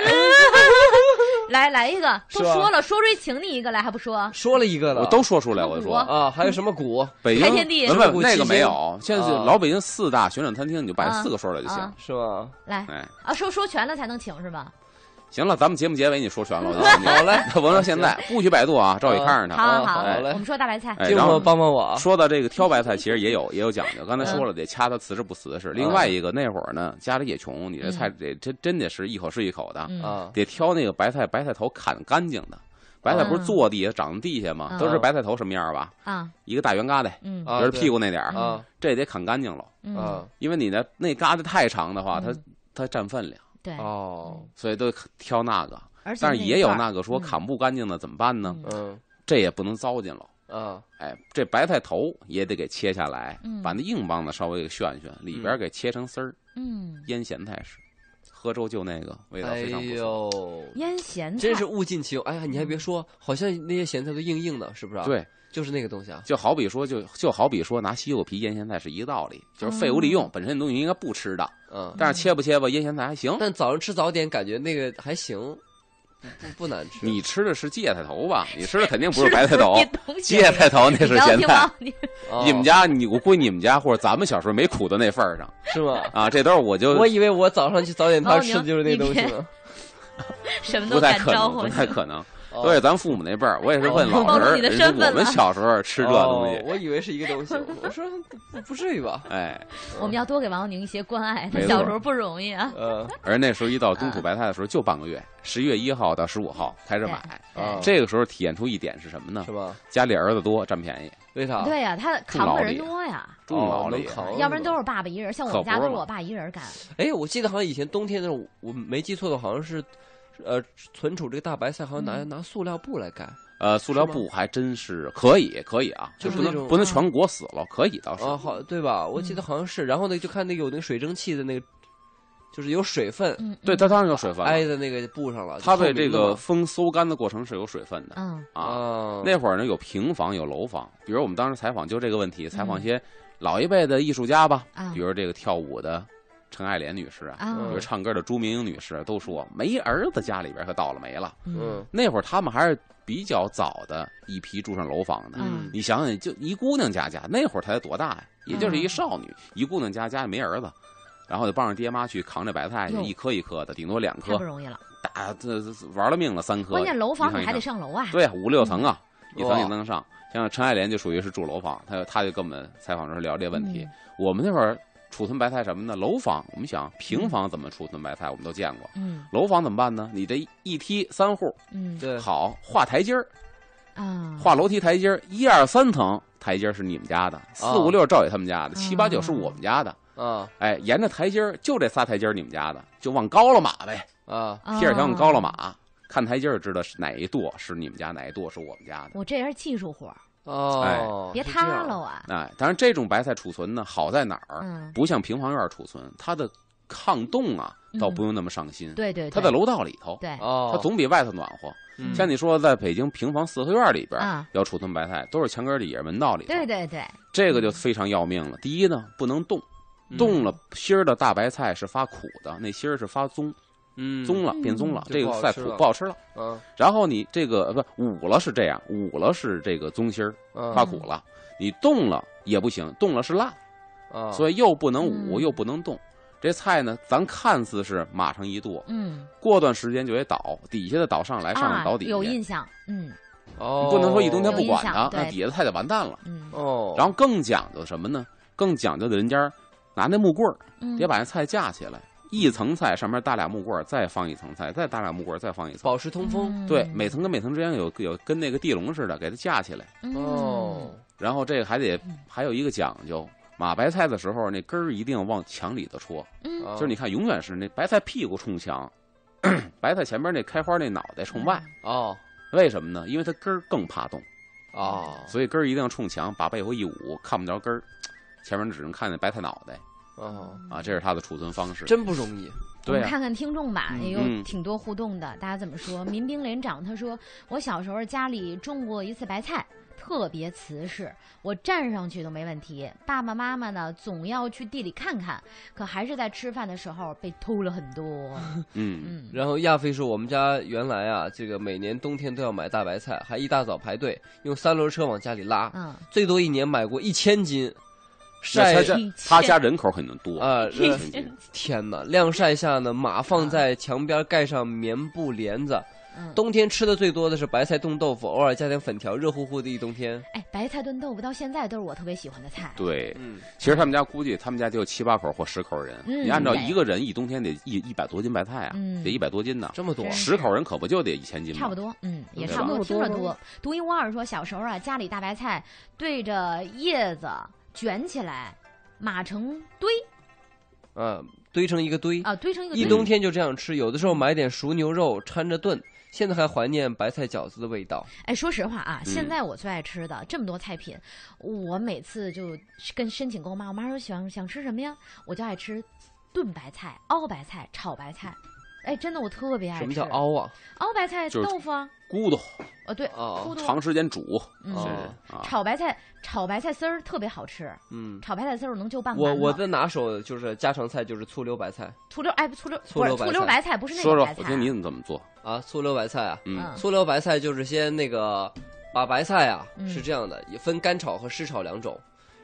Speaker 1: 来来一个，都
Speaker 2: 是吧
Speaker 1: 说了，说出请你一个来还不说？
Speaker 2: 说了一个了，
Speaker 3: 我都说出来我就说
Speaker 1: 我
Speaker 2: 啊，还有什么谷？
Speaker 3: 北
Speaker 1: 嗯
Speaker 3: 京
Speaker 1: 开天地
Speaker 3: 不
Speaker 2: 是不
Speaker 3: 不那个
Speaker 2: 七
Speaker 3: 没
Speaker 2: 星
Speaker 3: 有，现在是
Speaker 2: 啊
Speaker 3: 老北京四大旋转餐厅，你就把
Speaker 1: 啊
Speaker 3: 四个说出来就行
Speaker 1: 啊。
Speaker 2: 是吧？
Speaker 1: 来
Speaker 3: 哎，
Speaker 1: 啊，说说全了才能请是吧？
Speaker 3: 行了，咱们节目结尾你说全了，我就请你。，
Speaker 2: 好嘞
Speaker 3: 王宁现 在不许百度啊，照你看着
Speaker 1: 好
Speaker 3: 他。
Speaker 2: 啊
Speaker 1: 好
Speaker 2: 好嘞
Speaker 1: 我们说大白菜，嗯
Speaker 3: 哎
Speaker 2: 静
Speaker 3: 然后
Speaker 2: 默帮帮我啊！
Speaker 3: 说到这个挑白菜，其实也有也 有讲究。刚才说了，得掐它瓷实不瓷
Speaker 1: 嗯
Speaker 3: 实。另外一个，那会儿呢，家里也穷，你这菜得真真得是一口是一口的，
Speaker 1: 嗯
Speaker 2: 啊，
Speaker 3: 得挑那个白菜，白菜头砍干净的。白菜不是坐地下长地下吗
Speaker 1: 嗯？
Speaker 3: 都是白菜头什么样吧？
Speaker 1: 啊
Speaker 3: 一个大圆疙瘩，
Speaker 1: 嗯
Speaker 2: 啊
Speaker 3: 就是屁股那点儿，
Speaker 2: 啊
Speaker 3: 这得砍干净了。
Speaker 1: 嗯
Speaker 2: 啊
Speaker 3: 因为你的那疙瘩太长的话，它
Speaker 1: 嗯
Speaker 3: 它占分量，
Speaker 1: 对，嗯
Speaker 2: 哦，
Speaker 3: 所以都挑那个。
Speaker 1: 而且
Speaker 3: 但是也有那
Speaker 1: 个
Speaker 3: 个说
Speaker 1: 嗯
Speaker 3: 砍不干净的怎么办呢？
Speaker 2: 嗯
Speaker 3: 这也不能糟践了。
Speaker 2: 啊
Speaker 3: 哎，这白菜头也得给切下来，
Speaker 1: 嗯
Speaker 3: 把那硬帮子稍微给炫炫，里边给切成丝儿，
Speaker 1: 嗯
Speaker 3: 腌咸菜是，喝粥就那个味道
Speaker 2: 哎
Speaker 3: 非常不错。
Speaker 2: 呦，
Speaker 1: 腌咸菜，
Speaker 2: 真 是物尽其用。哎呀，你还别说，好像那些咸菜都硬硬的，是不是？，
Speaker 3: 啊对，
Speaker 2: 就是那个东西啊。
Speaker 3: 就好比说，就就好比说拿西柚皮腌咸菜是一个道理，就是废物利
Speaker 1: 哦
Speaker 3: 用，本身那东西应该不吃的，
Speaker 2: 嗯，
Speaker 3: 但是切吧切吧腌咸菜还行。
Speaker 2: 但早上吃早点，感觉那个还行，不不难吃。
Speaker 3: 你吃的是芥菜头吧？你吃的肯定不
Speaker 1: 吃
Speaker 3: 是
Speaker 1: 的
Speaker 3: 白菜头
Speaker 1: 不是这东，西
Speaker 3: 芥菜头那是
Speaker 1: 你要
Speaker 3: 咸
Speaker 1: 听
Speaker 3: 菜
Speaker 1: 吗。？你
Speaker 2: 哦
Speaker 3: 你们家，你我估计你们家或者咱们小时候没苦到那份儿上
Speaker 2: 是吗？
Speaker 3: 啊，这都是我就
Speaker 2: 我以为我早上去早点
Speaker 1: 哦
Speaker 2: 摊
Speaker 1: 你
Speaker 2: 吃的就是那东西
Speaker 1: 你
Speaker 2: 呢。
Speaker 1: 什么
Speaker 3: 不
Speaker 1: 都
Speaker 3: 太
Speaker 1: 敢
Speaker 3: 可
Speaker 1: 招
Speaker 3: 能，
Speaker 1: 呼哦
Speaker 3: 不，太可能。
Speaker 2: 哦
Speaker 3: 所以咱父母那辈儿，我也是问老
Speaker 1: 暴
Speaker 3: 人
Speaker 1: 露
Speaker 3: 儿，
Speaker 1: 你的
Speaker 3: 人
Speaker 1: 身
Speaker 3: 家
Speaker 1: 份
Speaker 3: 我们
Speaker 1: 了
Speaker 3: 小时候吃这东
Speaker 2: 哦
Speaker 3: 西，
Speaker 2: 我以为是一个东西，我说不不至于吧？
Speaker 3: 哎，
Speaker 1: 我们要多给王宁一些关爱，他
Speaker 3: 没错
Speaker 1: 小时候不容易啊。
Speaker 2: 呃，
Speaker 3: 而那时候一到冬储白菜的时候就半个月，十一月一号到十五号开始买。
Speaker 1: 对
Speaker 2: 啊
Speaker 3: 这个时候体现出一点是什么呢
Speaker 2: 是？吧？
Speaker 3: 家里儿子多占便宜，
Speaker 2: 为啥？
Speaker 1: 对呀，他扛的人多呀，
Speaker 3: 重
Speaker 2: 哦
Speaker 3: 劳力
Speaker 2: 能。扛
Speaker 1: 要不然都是爸爸一人，像我们
Speaker 3: 啊可
Speaker 1: 家都
Speaker 3: 不是
Speaker 1: 是我
Speaker 3: 嘛
Speaker 1: 爸一人干。
Speaker 2: 哎，我记得好像以前冬天的时候，我没记错的话，好像是，呃，存储这个大白菜，好像拿、
Speaker 3: 嗯
Speaker 2: 拿塑料布来盖。
Speaker 3: 呃，塑料
Speaker 2: 是吗
Speaker 3: 布还真是可以，可以啊，
Speaker 2: 就是
Speaker 3: 不
Speaker 2: 那种
Speaker 3: 能不能
Speaker 1: 啊
Speaker 3: 全国死了，可以倒是。嗯
Speaker 2: 啊，好，对吧？我记得好像是。然后呢，就看那个有那个水蒸气的那个，就是有水分
Speaker 1: 嗯，
Speaker 3: 对，它当然有水分了，
Speaker 2: 挨在那个布上了。
Speaker 3: 它
Speaker 2: 哎就透
Speaker 3: 被
Speaker 2: 明
Speaker 3: 这
Speaker 2: 的
Speaker 3: 个
Speaker 2: 嘛
Speaker 3: 风收干的过程是有水分的
Speaker 1: 嗯
Speaker 3: 啊。
Speaker 2: 啊，
Speaker 3: 那会儿呢，有平房有楼房，比如我们当时采访就这个问题，采
Speaker 2: 嗯
Speaker 3: 访一些老一辈的艺术家吧，
Speaker 1: 啊
Speaker 3: 比如这个跳舞的陈爱莲女士
Speaker 2: 嗯
Speaker 3: 啊，
Speaker 1: 啊
Speaker 3: 比如唱歌的朱明英女士啊，都说没儿子家里边可倒了霉了。
Speaker 1: 嗯
Speaker 2: 嗯
Speaker 3: 那会儿他们还是比较早的一批住上楼房的。
Speaker 1: 嗯
Speaker 3: 你想想，就一姑娘家家那会儿才多大呀、也就是
Speaker 1: 嗯
Speaker 3: 一少女，一姑娘家家也没儿子，然后就帮着爹妈去扛这白菜去，
Speaker 1: 哟
Speaker 3: 一颗一颗的，顶多两
Speaker 1: 太不
Speaker 3: 颗，
Speaker 1: 容易了。
Speaker 3: 打这这玩了命了三颗。
Speaker 1: 关键楼
Speaker 3: 一
Speaker 1: 房
Speaker 3: 趟
Speaker 1: 你
Speaker 3: 一
Speaker 1: 还得
Speaker 3: 趟
Speaker 1: 上楼啊。
Speaker 3: 对啊，五六层啊，
Speaker 2: 嗯
Speaker 3: 一层一层上。像陈爱莲就属于是住楼房，她她就跟我们采访的时候聊这问
Speaker 1: 嗯
Speaker 3: 题。我们那会儿储存白菜什么呢？楼房，我们想平房怎么储存白菜，我们都见过。
Speaker 1: 嗯
Speaker 3: 楼房怎么办呢？你这一梯三户，
Speaker 1: 嗯
Speaker 2: 对，
Speaker 3: 好画台阶儿，
Speaker 1: 啊，
Speaker 3: 画楼梯台阶儿，一二三层台阶儿是你们家
Speaker 1: 啊
Speaker 3: 的，四五六赵宇他们
Speaker 1: 嗯
Speaker 3: 家的，七八九是我们家的。
Speaker 2: 啊
Speaker 3: 哎，沿着台阶儿就这仨台阶儿你们家的，就往高了码呗，
Speaker 2: 啊，
Speaker 1: 啊
Speaker 3: 贴着条往高了码，看台阶儿就知道是哪一垛是你们家，哪一垛是我们家的。
Speaker 1: 我这也是技术活儿，
Speaker 2: 哦，
Speaker 1: 别
Speaker 2: 是这样
Speaker 1: 塌了。啊。
Speaker 3: 哎，当然这种白菜储存呢，好在哪儿？
Speaker 1: 嗯，
Speaker 3: 不像平房院储存，它的抗冻啊，
Speaker 1: 嗯
Speaker 3: 倒不用那么上心。
Speaker 1: 对对，
Speaker 3: 它
Speaker 1: 对
Speaker 3: 在楼啊道里头，
Speaker 1: 对
Speaker 2: 哦，
Speaker 3: 它总比外头暖和。
Speaker 2: 嗯
Speaker 3: 像你说，在北京平房四合院里边
Speaker 1: 啊
Speaker 3: 要储存白菜，都是墙根儿底下门道里头。
Speaker 1: 对对对，
Speaker 3: 这个就非常要命了。第
Speaker 2: 嗯
Speaker 3: 一呢，不能冻，冻了芯儿的大白菜是发苦的，那芯儿是发棕，
Speaker 2: 嗯，
Speaker 3: 棕了变棕了，这个再
Speaker 2: 就
Speaker 3: 苦
Speaker 2: 不好吃了
Speaker 3: 不好吃了。
Speaker 2: 啊
Speaker 3: 然后你这个呃不捂了是这样，捂了是这个棕心儿，怕
Speaker 2: 啊
Speaker 3: 苦了；你冻了也不行，冻了是辣，
Speaker 2: 啊，
Speaker 3: 所
Speaker 2: 以
Speaker 3: 以又不能捂，
Speaker 1: 嗯
Speaker 3: 又不能冻。这菜呢，咱看似是马上一剁，
Speaker 1: 嗯，
Speaker 3: 过段时间就得倒，底下的倒上来，上
Speaker 1: 啊
Speaker 3: 来倒底下。
Speaker 1: 有印象，嗯
Speaker 2: 哦，
Speaker 3: 你不能说一冬天不管
Speaker 1: 有印象
Speaker 3: 它，
Speaker 1: 对
Speaker 3: 那底下的菜就完蛋了。
Speaker 1: 嗯
Speaker 2: 哦，
Speaker 3: 然后更讲究什么呢？更讲究的人家儿拿那木棍儿，
Speaker 1: 嗯，
Speaker 3: 得把那菜架起来，一层菜上面搭俩木棍儿，再放一层菜，再搭俩木棍儿，再放一层。
Speaker 2: 保持通风
Speaker 1: 嗯
Speaker 3: 对，每层跟每层之间有有跟那个地笼似的，给它架起来。
Speaker 1: 嗯
Speaker 2: 哦，
Speaker 3: 然后这个还得还有一个讲究，码白菜的时候那根儿一定往墙里头戳，
Speaker 1: 嗯
Speaker 2: 啊
Speaker 3: 就是你看永远是那白菜屁股冲墙， 白菜前边那开花那脑袋冲
Speaker 1: 嗯
Speaker 3: 外。
Speaker 2: 哦
Speaker 3: 为什么呢？因为它根儿更怕冻，
Speaker 1: 啊
Speaker 2: 哦
Speaker 3: 所以根儿一定要冲墙，把背后一捂，看不着根儿，前面只能看见白菜脑袋
Speaker 2: 哦，
Speaker 3: 啊，这是它的储存方式。
Speaker 2: 真不容易，
Speaker 1: 嗯我
Speaker 3: 对
Speaker 1: 们
Speaker 3: 啊，
Speaker 1: 看看听众吧，
Speaker 2: 嗯
Speaker 1: 也有挺多互动的。大家怎么说？民兵连长他说：“我小时候家里种过一次白菜，特别瓷实，我站上去都没问题。爸爸妈妈呢，总要去地里看看，可还是在吃饭的时候被偷了很 多。
Speaker 3: 嗯，
Speaker 1: 嗯
Speaker 2: 然后亚飞说，我们家原来啊，这个每年冬天都要买大白菜，还一大早排队，用三轮车往家里拉，
Speaker 1: 嗯，
Speaker 2: 最多一年买过一千斤，晒
Speaker 3: 那他
Speaker 1: 这
Speaker 3: 家
Speaker 1: 以
Speaker 3: 他
Speaker 1: 前
Speaker 3: 家人口很多
Speaker 2: 啊、
Speaker 3: 一
Speaker 2: 呃
Speaker 3: 千斤
Speaker 2: 天哪！晾晒下呢，码放在墙边，盖上棉布帘子。
Speaker 1: 嗯
Speaker 2: 冬天吃的最多的是白菜冻豆腐，偶尔加点粉条，热乎乎的一冬天。
Speaker 1: 哎，白菜炖豆腐到现在都是我特别喜欢的菜。
Speaker 3: 对，
Speaker 2: 嗯，
Speaker 3: 其实他们家估计他们家就七八口或十口人，
Speaker 1: 嗯
Speaker 3: 你按照一个人一冬天得一一百多斤白菜啊，
Speaker 1: 嗯
Speaker 3: 得一百多斤呢。
Speaker 2: 这么多
Speaker 1: 真
Speaker 3: 十口人可不就得一千斤吗？
Speaker 1: 差不。多，嗯，也
Speaker 3: 对
Speaker 1: 差不
Speaker 3: 吧
Speaker 1: 多，听着
Speaker 3: 那么多
Speaker 1: 多。独一无二说，小时候啊，家里大白菜对着叶子卷起来，码成堆
Speaker 2: 啊，堆成一个堆，
Speaker 1: 啊，堆成一个
Speaker 2: 一
Speaker 1: 堆。
Speaker 2: 冬天就这样吃。有的时候买点熟牛肉掺着炖，现在还怀念白菜饺子的味道。
Speaker 1: 哎，说实话啊，现
Speaker 3: 嗯
Speaker 1: 在我最爱吃的这么多菜品，我每次就跟申请跟我妈，我妈说想想吃什么呀，我就爱吃炖白菜、熬白菜、炒白菜。哎，真的我特别爱吃。
Speaker 2: 什么叫？凹啊？
Speaker 1: 熬白菜
Speaker 3: 就是
Speaker 1: 豆腐啊，
Speaker 3: 咕嘟，
Speaker 1: 哦对，
Speaker 2: 哦
Speaker 1: 咕嘟
Speaker 3: 长时间煮，
Speaker 1: 嗯
Speaker 3: 是
Speaker 2: 哦
Speaker 3: 啊，
Speaker 1: 炒白菜，炒白菜丝儿特别好吃，
Speaker 2: 嗯，
Speaker 1: 炒白菜丝儿我能就半
Speaker 2: 我
Speaker 1: 馒头
Speaker 2: 我的拿手就是家常菜，就是醋溜白菜
Speaker 1: 醋溜哎不醋溜
Speaker 2: 醋
Speaker 1: 不是
Speaker 2: 溜白
Speaker 1: 醋溜
Speaker 2: 菜
Speaker 1: 白菜不是那
Speaker 3: 说
Speaker 1: 种
Speaker 3: 说
Speaker 1: 白菜，
Speaker 3: 我听你怎么做？
Speaker 2: 啊，醋溜白菜啊，
Speaker 1: 嗯
Speaker 3: 嗯
Speaker 2: 醋溜白菜就是先那个把白菜啊、
Speaker 1: 嗯
Speaker 2: 是这样的，也分干炒和湿炒两种。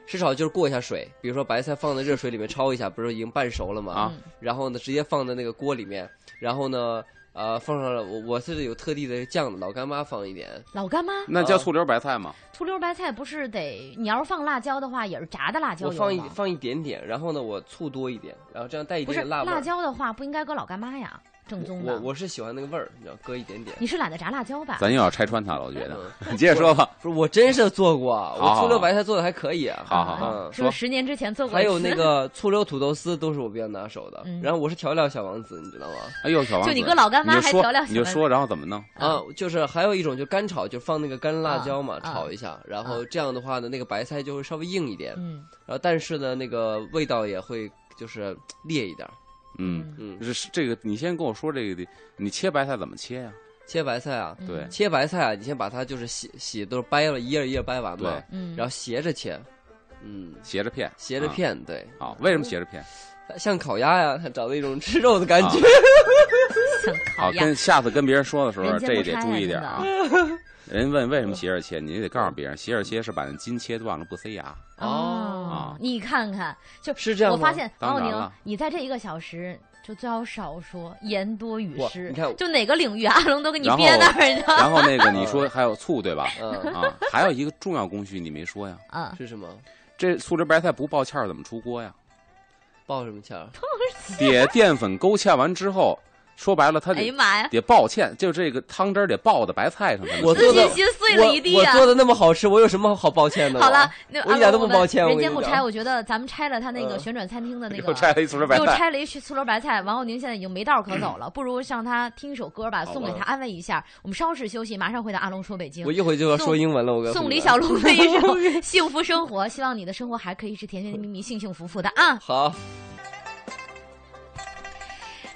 Speaker 2: 湿炒就是过一下水，比如说白菜放在热水里面焯一下，不是已经半熟了吗？
Speaker 1: 嗯
Speaker 3: 啊，
Speaker 2: 然后呢，直接放在那个锅里面，然后呢，呃，放上了我我是有特地的酱的，老干妈放一点，
Speaker 1: 老干妈
Speaker 3: 那叫醋溜白菜吗？
Speaker 1: 醋溜白菜不是得你要是放辣椒的话，也是炸的辣椒
Speaker 2: 我
Speaker 1: 油
Speaker 2: 放一
Speaker 1: 吗
Speaker 2: 放一点点，然后呢，我醋多一点，然后这样带一
Speaker 1: 不
Speaker 2: 点
Speaker 1: 是
Speaker 2: 点辣味儿。
Speaker 1: 椒的话，不应该搁老干妈呀，正宗的。
Speaker 2: 我我是喜欢那个味儿，你知道，搁一点点。
Speaker 1: 你是懒得炸辣椒吧？
Speaker 3: 咱又要拆穿他了，我觉
Speaker 2: 嗯
Speaker 3: 得。 你接着说吧。
Speaker 2: 不是，我真是做过，
Speaker 3: 好
Speaker 2: 我醋溜白菜做的还可以啊。
Speaker 3: 啊好好好，
Speaker 2: 嗯
Speaker 1: 是不
Speaker 3: 说
Speaker 1: 是十年之前做过一次？
Speaker 2: 还有那个醋溜土豆丝都是我比较拿手的
Speaker 1: 嗯，
Speaker 2: 然后我是调料小王子，你知道吗？
Speaker 3: 哎呦，小王子，
Speaker 1: 就你搁老干妈
Speaker 3: 你就
Speaker 1: 还
Speaker 3: 说
Speaker 1: 调料
Speaker 3: 你就
Speaker 1: 什么
Speaker 3: 说，然后怎么弄？
Speaker 2: 啊，就是还有一种就干炒，就放那个干辣椒嘛，
Speaker 1: 啊啊
Speaker 2: 炒一下，然后这样的话呢，那个白菜就会稍微硬一点，
Speaker 1: 嗯
Speaker 2: 然后但是呢，那个味道也会就是烈一点儿。
Speaker 3: 嗯，
Speaker 1: 嗯
Speaker 2: 嗯，
Speaker 3: 这是这个，你先跟我说这个，你切白菜怎么切呀？
Speaker 2: 切白菜啊，
Speaker 1: 嗯
Speaker 3: 对
Speaker 2: 切白菜啊，你先把它就是洗洗都是掰了一页一页掰完嘛
Speaker 3: 对，
Speaker 1: 嗯，
Speaker 2: 然后斜着切，嗯，
Speaker 3: 斜着片，
Speaker 2: 斜着
Speaker 3: 啊。
Speaker 2: 片，对，
Speaker 3: 好，为什么斜着片？
Speaker 2: 像烤鸭呀，它找到一种吃肉的感觉。
Speaker 3: 啊
Speaker 1: 想
Speaker 3: 好，
Speaker 1: 烤鸭
Speaker 3: 跟下次跟别人说的时候，
Speaker 1: 人间
Speaker 3: 这
Speaker 1: 不
Speaker 3: 得
Speaker 1: 拆
Speaker 3: 注
Speaker 1: 呀
Speaker 3: 意
Speaker 1: 真
Speaker 3: 点
Speaker 1: 的
Speaker 3: 啊。 人问为什么斜着切，你得告诉别人，斜着切是把那筋切断了不塞牙。
Speaker 1: 哦
Speaker 3: 啊，
Speaker 1: 你看看，就是
Speaker 2: 这样
Speaker 1: 我
Speaker 2: 吗
Speaker 1: 发现
Speaker 3: 当
Speaker 1: 王
Speaker 3: 然
Speaker 1: 小宁
Speaker 3: 了，
Speaker 1: 你在这一个小时就最好少说，言多语
Speaker 2: 我
Speaker 1: 失。
Speaker 2: 你看
Speaker 1: 就哪个领域阿龙都给你
Speaker 3: 然后
Speaker 1: 憋那儿，你知道吗？
Speaker 3: 然后那个你说还有醋对 吧？
Speaker 2: 嗯，
Speaker 3: 啊，还有一个重要工序你没说呀，
Speaker 1: 嗯，
Speaker 2: 是什么？
Speaker 3: 这醋汁白菜不爆芡儿怎么出锅呀？
Speaker 2: 爆什么啊馅儿？
Speaker 3: 得淀粉勾芡完之后，说白了它
Speaker 1: 哎呀
Speaker 3: 得
Speaker 1: 妈呀，
Speaker 3: 得爆芡，就这个汤汁儿得爆到白菜上才能吃。
Speaker 2: 我
Speaker 1: 自
Speaker 2: 做
Speaker 1: 己
Speaker 2: 的
Speaker 1: 心碎了一地
Speaker 2: 我
Speaker 1: 啊
Speaker 2: 我！做的那么好吃，我有什么好抱歉的？
Speaker 1: 好了，，那
Speaker 2: 我一点都不抱歉
Speaker 1: 阿龙
Speaker 2: 我
Speaker 1: 人
Speaker 2: 跟
Speaker 1: 间
Speaker 2: 你
Speaker 1: 不
Speaker 2: 讲
Speaker 1: 拆，我觉得咱们拆了他那个
Speaker 2: 嗯
Speaker 1: 旋转餐厅的那个
Speaker 3: 又拆了一醋汁白
Speaker 1: 又
Speaker 3: 菜，
Speaker 1: 拆了一醋溜白菜，王浩宁现在已经没道可走了，不如让他听一首歌吧，
Speaker 3: 好吧
Speaker 1: 送给他安慰一下。我们稍事休息，马上回到阿龙说北京
Speaker 2: 我。一会就要
Speaker 1: 送
Speaker 2: 说英文了。我跟
Speaker 1: 送
Speaker 2: 你啊
Speaker 1: 李
Speaker 2: 讲
Speaker 1: 小龙的一首 《 幸福生活》，希望你的生活还可以是甜甜蜜蜜、幸幸福福的啊！
Speaker 2: 好，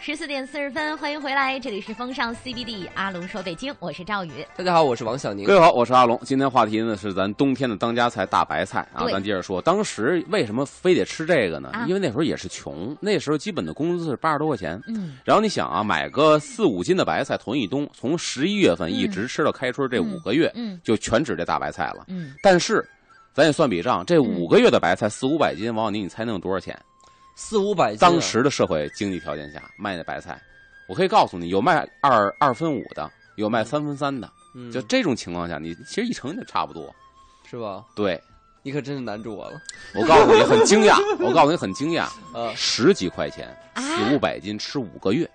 Speaker 1: 十四点四十分，欢迎回来，这里是风尚 CBD，阿龙说北京，我是赵宇。
Speaker 2: 大家好，我是王小宁
Speaker 3: 各。位好，我是阿龙。今天话题呢是咱冬天的当家菜大白菜啊，
Speaker 1: 对
Speaker 3: 咱接着说，当时为什么非得吃这个呢？
Speaker 1: 啊
Speaker 3: 因为那时候也是穷，那时候基本的工资是八十多块钱。
Speaker 1: 嗯，
Speaker 3: 然后你想啊，买个四五斤的白菜囤一冬，从十一月份一直吃到开春这五个月，
Speaker 1: 嗯
Speaker 3: 就全指这大白菜了。
Speaker 1: 嗯，
Speaker 3: 但是，咱也算笔账，这五个月的白菜四五百斤，王小宁，你猜能有多少钱？
Speaker 2: 四五百斤啊，
Speaker 3: 当时的社会经济条件下卖的白菜，我可以告诉你，有卖二二分五的，有卖三分三的。
Speaker 2: 嗯
Speaker 3: 就这种情况下，你其实一乘就差不多。
Speaker 2: 是吧？
Speaker 3: 对，
Speaker 2: 你可真是难住我了。
Speaker 3: 我告诉你很惊 讶，我告诉你很惊讶，
Speaker 2: 呃，
Speaker 3: 十几块钱，
Speaker 1: 啊
Speaker 3: 四五百斤吃五个月，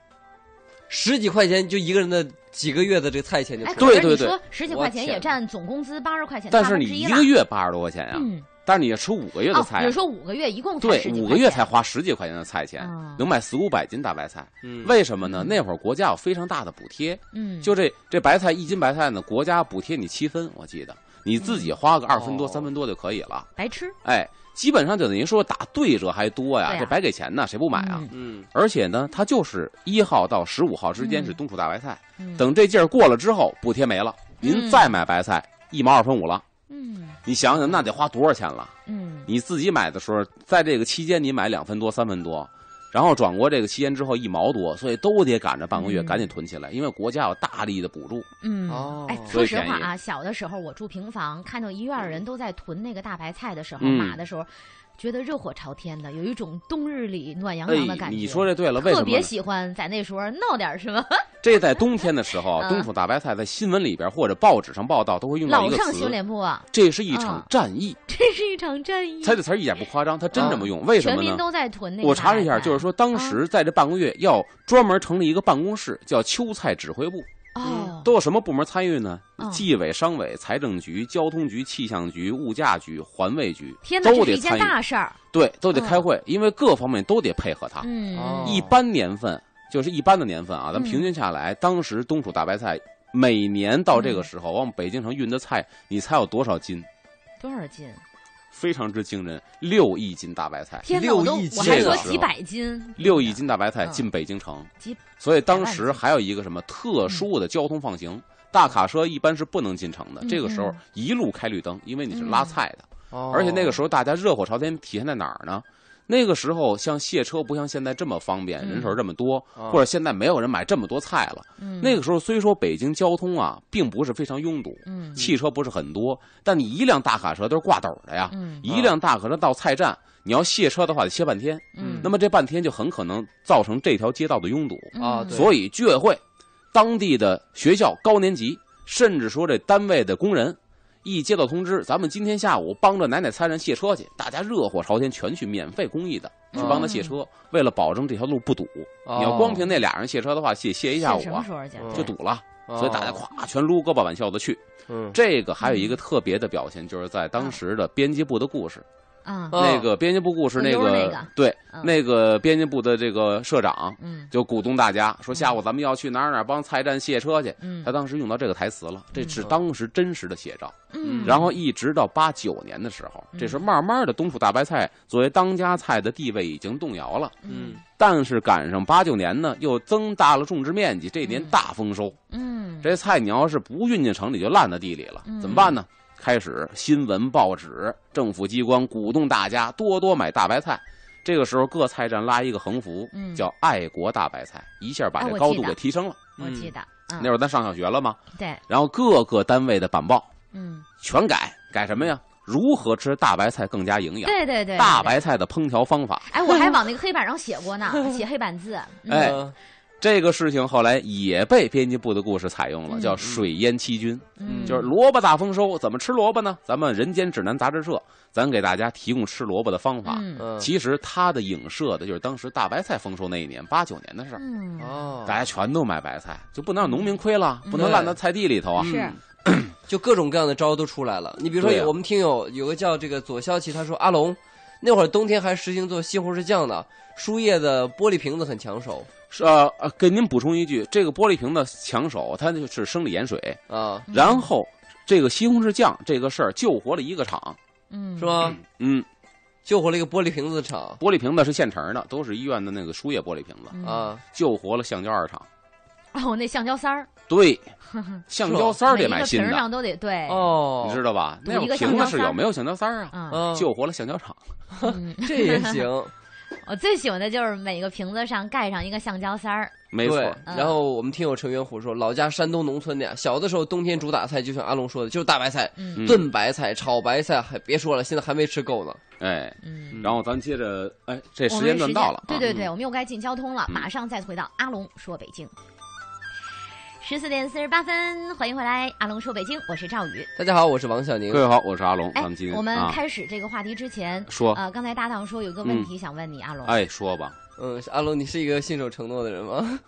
Speaker 2: 十几块钱就一个人的几个月的这个菜钱就
Speaker 1: 哎，
Speaker 2: 出
Speaker 3: 对
Speaker 2: 来了
Speaker 1: 可是你
Speaker 3: 对
Speaker 1: 说十几
Speaker 2: 我
Speaker 1: 块钱也
Speaker 2: 天
Speaker 1: 占总工资八十块钱的
Speaker 3: 但
Speaker 1: 三分
Speaker 3: 是你
Speaker 1: 之一
Speaker 3: 一
Speaker 1: 了
Speaker 3: 个月八十多块钱呀，
Speaker 1: 嗯，
Speaker 3: 但是你也吃五个月的
Speaker 1: 哦，
Speaker 3: 菜
Speaker 1: 有
Speaker 3: 呀，
Speaker 1: 说五个月一共才
Speaker 3: 对
Speaker 1: 十，几
Speaker 3: 五
Speaker 1: 块
Speaker 3: 个月
Speaker 1: 钱
Speaker 3: 才花十几块钱的菜钱
Speaker 1: 哦，
Speaker 3: 能买四五百斤大白菜，
Speaker 2: 嗯，
Speaker 3: 为什么呢？那会儿国家有非常大的补贴，
Speaker 1: 嗯，
Speaker 3: 就这这白菜一斤白菜呢，国家补贴你七分，我记得你自己花个二分多
Speaker 2: 哦
Speaker 3: 三分多就可以了，
Speaker 1: 白吃，
Speaker 3: 哎，基本上就等于说打对折还多
Speaker 1: 对
Speaker 3: 呀，
Speaker 1: 呀
Speaker 3: 这白给钱呢，谁不买啊？
Speaker 1: 嗯
Speaker 2: 嗯，
Speaker 3: 而且呢，它就是一号到十五号之间是冬储大白菜。
Speaker 1: 嗯
Speaker 3: 等这劲儿过了之后，补贴没了，您
Speaker 1: 嗯
Speaker 3: 再买白菜一毛二分五了。
Speaker 1: 嗯
Speaker 3: 你想想，那得花多少钱了？
Speaker 1: 嗯
Speaker 3: 你自己买的时候，在这个期间你买两分多、三分多，然后转过这个期间之后一毛多，所以都得赶着半个月
Speaker 1: 嗯
Speaker 3: 赶紧囤起来，因为国家有大力的补助。
Speaker 1: 嗯，
Speaker 2: 哦
Speaker 1: 哎，说
Speaker 3: 所以
Speaker 1: 实话
Speaker 3: 便
Speaker 1: 啊，小的时候我住平房，看到一院儿人都在囤那个大白菜的时候，
Speaker 3: 嗯
Speaker 1: 码的时候，觉得热火朝天的，有一种冬日里暖洋
Speaker 3: 哎
Speaker 1: 洋的啊感，觉。
Speaker 3: 你说这对了，为
Speaker 1: 特
Speaker 3: 什么
Speaker 1: 别
Speaker 3: 呢？
Speaker 1: 喜欢在那时候闹点儿什么，
Speaker 3: 这在冬天的时候，
Speaker 1: 嗯
Speaker 3: 冬储大白菜在新闻里边或者报纸上报道都会用 到
Speaker 1: 老
Speaker 3: 一个
Speaker 1: 上
Speaker 3: 词
Speaker 1: 修，脸部啊，
Speaker 3: 这是一场
Speaker 1: 嗯
Speaker 3: 战役。
Speaker 1: 这是一场战役，
Speaker 3: 它这词儿一点不夸张，它真这么用。为
Speaker 1: 嗯
Speaker 3: 什
Speaker 1: 全
Speaker 3: 么呢
Speaker 1: 民？都在囤那个。啊
Speaker 3: 我查了一下，就是，说当时在这半个月要专门成立一个办公室，叫秋菜指挥部，
Speaker 1: 哦，
Speaker 3: 都有什么部门参与呢
Speaker 1: 嗯？
Speaker 3: 纪委、商委、财政局、交通局、气象局、物价局、环卫局
Speaker 1: 天哪，这
Speaker 3: 都
Speaker 1: 是
Speaker 3: 得
Speaker 1: 一件
Speaker 3: 参与，
Speaker 1: 大事儿。
Speaker 3: 对，都得开会，因为各方面都得配合它。
Speaker 1: 嗯，
Speaker 2: 哦
Speaker 3: 一般年份就是一般的年份啊，咱
Speaker 1: 嗯
Speaker 3: 平均下来，当时冬储大白菜每年到
Speaker 1: 嗯
Speaker 3: 这个时候往北京城运的菜，你猜有多少斤？
Speaker 1: 多少斤？
Speaker 3: 非常之惊人，六亿斤大白菜。
Speaker 1: 天哪，
Speaker 2: 六
Speaker 1: 我都
Speaker 2: 亿
Speaker 1: 我
Speaker 2: 斤
Speaker 1: 还说
Speaker 2: 啊
Speaker 1: 几百斤，
Speaker 3: 六亿斤大白菜
Speaker 1: 嗯
Speaker 3: 进北京城
Speaker 1: 几，
Speaker 3: 所以当时还有一个什么特殊的交通放行，大卡车一般是不能进城的
Speaker 1: 嗯。
Speaker 3: 这个时候
Speaker 1: 嗯
Speaker 3: 一路开绿灯，因为你是拉菜的，
Speaker 2: 哦
Speaker 3: 而且那个时候大家热火朝天体现在哪儿呢？那个时候像卸车不像现在这么方便，
Speaker 1: 嗯
Speaker 3: 人手这么多，
Speaker 2: 啊
Speaker 3: 或者现在没有人买这么多菜了。
Speaker 1: 嗯，
Speaker 3: 那个时候虽说北京交通啊并不是非常拥堵，
Speaker 1: 嗯
Speaker 3: 汽车不是很多，但你一辆大卡车都是挂斗的呀，
Speaker 1: 嗯
Speaker 3: 一辆大卡车到菜站，你要卸车的话得歇半天。
Speaker 1: 嗯，
Speaker 3: 那么这半天就很可能造成这条街道的拥堵。
Speaker 1: 嗯
Speaker 2: 啊对
Speaker 3: 所以居委会、当地的学校高年级，甚至说这单位的工人，一接到通知，咱们今天下午帮着奶奶餐人卸车去，大家热火朝天，全去免费公益的去帮他卸车，为了保证这条路不堵。
Speaker 2: 哦
Speaker 3: 你要光凭那俩人卸车的话，卸卸一下
Speaker 1: 这
Speaker 3: 午
Speaker 1: 什么
Speaker 3: 啊
Speaker 1: 时，候去？
Speaker 2: 嗯
Speaker 3: 就堵了。
Speaker 2: 哦
Speaker 3: 所以大家咵全撸胳膊挽袖子去。
Speaker 2: 嗯
Speaker 3: 这个还有一个特别的表现，就是在当时的编辑部的故事。
Speaker 1: 啊，
Speaker 2: 哦
Speaker 3: 那个编辑部故事，
Speaker 1: 自由
Speaker 3: 个、
Speaker 1: 那个
Speaker 3: 对、
Speaker 1: 嗯
Speaker 3: 呃那个编辑部的这个社长
Speaker 1: 嗯
Speaker 3: 就鼓动大家说，下午咱们要去哪儿哪儿帮菜站卸车去。
Speaker 1: 嗯
Speaker 3: 他当时用到这个台词了，这
Speaker 1: 嗯
Speaker 3: 是当时真实的写照。
Speaker 1: 嗯，
Speaker 3: 然后一直到八九年的时候，这时候慢慢的冬储大白菜作为当家菜的地位已经动摇了。
Speaker 2: 嗯
Speaker 3: 但是赶上八九年呢，又增大了种植面积，这一年
Speaker 1: 嗯
Speaker 3: 大丰收。
Speaker 1: 嗯，
Speaker 3: 这菜你要是不运进城里，就烂在地里了
Speaker 1: 嗯，
Speaker 3: 怎么办呢？开始新闻报纸、政府机关鼓动大家多多买大白菜。这个时候，各菜站拉一个横幅
Speaker 1: 嗯，
Speaker 3: 叫“爱国大白菜”，一下把
Speaker 1: 哎我
Speaker 3: 这高
Speaker 1: 记
Speaker 3: 度
Speaker 1: 得
Speaker 3: 给提升了。
Speaker 1: 我记得，嗯
Speaker 3: 那会儿咱上小学了嘛，
Speaker 1: 对，
Speaker 3: 然后各个单位的板报
Speaker 1: 嗯，
Speaker 3: 全改，改什么呀？如何吃大白菜更加营养？
Speaker 1: 对对对，
Speaker 3: 大
Speaker 1: 对。
Speaker 3: 白菜的烹调方法。
Speaker 1: 哎，我还往那个黑板上写 过呢，写黑板字。嗯
Speaker 3: 哎
Speaker 2: 嗯
Speaker 3: 这个事情后来也被编辑部的故事采用了，
Speaker 1: 嗯
Speaker 3: 叫“水淹七军”。
Speaker 1: 嗯，
Speaker 3: 就是萝卜大丰收，怎么吃萝卜呢？咱们《人间指南》杂志社，咱给大家提供吃萝卜的方法。呃
Speaker 1: 嗯
Speaker 2: 嗯
Speaker 3: 其实它的影射的就是当时大白菜丰收那一年，八九年的事儿，啊
Speaker 1: 嗯，
Speaker 2: 哦，
Speaker 3: 大家全都买白菜，就不能让农民亏了，
Speaker 1: 嗯
Speaker 3: 不能烂在菜地里头啊。
Speaker 1: 是，
Speaker 2: 就各种各样的招都出来了。你比如说，
Speaker 3: 对啊
Speaker 2: 有我们听友有个叫这个左骁奇，他说阿龙那会儿冬天还实行做西红柿酱呢，输液的玻璃瓶子很抢手
Speaker 3: 是呃呃，给您补充一句，这个玻璃瓶的抢手，它就是生理盐水，
Speaker 2: 啊，
Speaker 1: 嗯
Speaker 3: 然后这个西红柿酱这个事儿救活了一个厂。
Speaker 1: 嗯，
Speaker 2: 是吗？
Speaker 3: 嗯，
Speaker 2: 救活了一个玻璃瓶子厂
Speaker 3: 玻璃瓶子是现成的，都是医院的那个输液玻璃瓶子，
Speaker 1: 嗯，
Speaker 2: 啊，
Speaker 3: 救活了橡胶二厂。
Speaker 1: 哦，那橡胶塞儿，
Speaker 3: 对，橡胶塞儿
Speaker 1: 每
Speaker 3: 得
Speaker 1: 一个
Speaker 3: 买新
Speaker 1: 瓶儿
Speaker 3: 的，
Speaker 1: 上都得对，
Speaker 2: 哦，
Speaker 3: 你知道吧？
Speaker 1: 赌
Speaker 3: 那会
Speaker 1: 一个
Speaker 3: 儿瓶
Speaker 1: 橡
Speaker 3: 子
Speaker 1: 胶
Speaker 3: 是
Speaker 1: 塞儿
Speaker 3: 有没有橡胶塞儿啊？
Speaker 1: 嗯，
Speaker 2: 嗯，
Speaker 3: 救活了橡胶厂，
Speaker 1: 嗯
Speaker 2: 这也行，
Speaker 1: 我最喜欢的就是每个瓶子上盖上一个橡胶塞儿，
Speaker 3: 没错
Speaker 2: 对。。
Speaker 1: 嗯
Speaker 2: 然后我们听友陈元虎说，老家山东农村的呀，小的时候冬天主打菜就像阿龙说的，就是大白菜、
Speaker 1: 嗯
Speaker 3: 嗯
Speaker 2: 炖白菜、炒白菜，还别说了，现在还没吃够呢。
Speaker 3: 哎，
Speaker 1: 嗯，
Speaker 3: 然后咱接着，哎，这
Speaker 1: 我
Speaker 3: 时
Speaker 1: 们
Speaker 3: 间段到了啊，
Speaker 1: 对对对，
Speaker 3: 嗯，
Speaker 1: 我们又该进交通了，
Speaker 3: 嗯
Speaker 1: 马上再回到阿龙说北京。十四点四十八分，欢迎回来，阿龙说北京，我是赵宇。
Speaker 2: 大家好，我是王小宁
Speaker 3: 各。位好，我是阿龙，
Speaker 1: 哎
Speaker 3: 咱们今，天
Speaker 1: 我们
Speaker 3: 啊
Speaker 1: 开始这个话题之前，
Speaker 2: 哦
Speaker 3: 说，
Speaker 1: 呃，刚才搭档说有一个问题想问你，阿龙。
Speaker 3: 哎，说吧，
Speaker 2: 嗯，阿龙，你是一个信守承诺的人吗？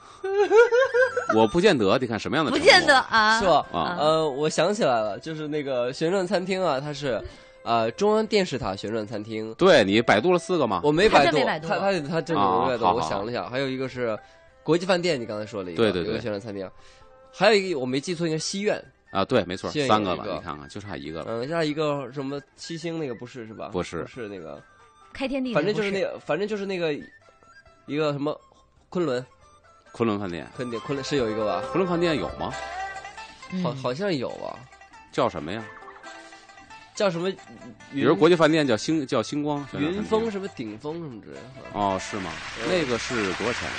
Speaker 3: 我不见得，你看什么样的
Speaker 1: 不
Speaker 3: 程度，
Speaker 1: 见得啊，
Speaker 2: 是吧？
Speaker 3: 啊，
Speaker 2: 呃，我想起来了，就是那个旋转餐厅啊，它是，呃，中央电视塔旋转餐厅。
Speaker 3: 对你百度了四个吗？
Speaker 2: 我没
Speaker 1: 他
Speaker 2: 百
Speaker 1: 真
Speaker 2: 度
Speaker 1: 没百，度
Speaker 2: 他他他真
Speaker 3: 啊
Speaker 2: 没百度，
Speaker 3: 好
Speaker 2: 我
Speaker 3: 好
Speaker 2: 想了想，还有一个是国际饭店，你刚才说了一个，
Speaker 3: 对对对
Speaker 2: 有一个旋转餐厅，还有一个我没记错，应该是西苑，
Speaker 3: 啊，对，没错，
Speaker 2: 现有
Speaker 3: 三个
Speaker 2: 一个
Speaker 3: 了，你看看，就差一个了，
Speaker 2: 嗯，加一个什么七星那个不是是吧？
Speaker 3: 不是
Speaker 2: 不是那个，
Speaker 1: 开天地，
Speaker 2: 反正就是那
Speaker 1: 个，
Speaker 2: 个，反正就是那个一个什么昆仑，
Speaker 3: 昆仑饭店，
Speaker 2: 昆点昆仑是有一个吧？
Speaker 3: 昆仑饭店有吗？
Speaker 1: 嗯
Speaker 2: 好好像有啊，
Speaker 3: 叫什么呀？
Speaker 2: 叫什么
Speaker 3: 比
Speaker 2: 云
Speaker 3: 如国际饭店叫星叫星光旋转
Speaker 2: 云
Speaker 3: 餐厅
Speaker 2: 峰什么顶峰什么之类的，啊
Speaker 3: 哦，是吗？那个是多少钱啊？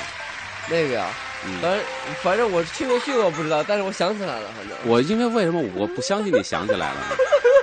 Speaker 2: 那个呀，
Speaker 3: 嗯，
Speaker 2: 反正反正我去没去过不知道，但是我想起来了，反正
Speaker 3: 我因为为什么我不相信你想起来了呢？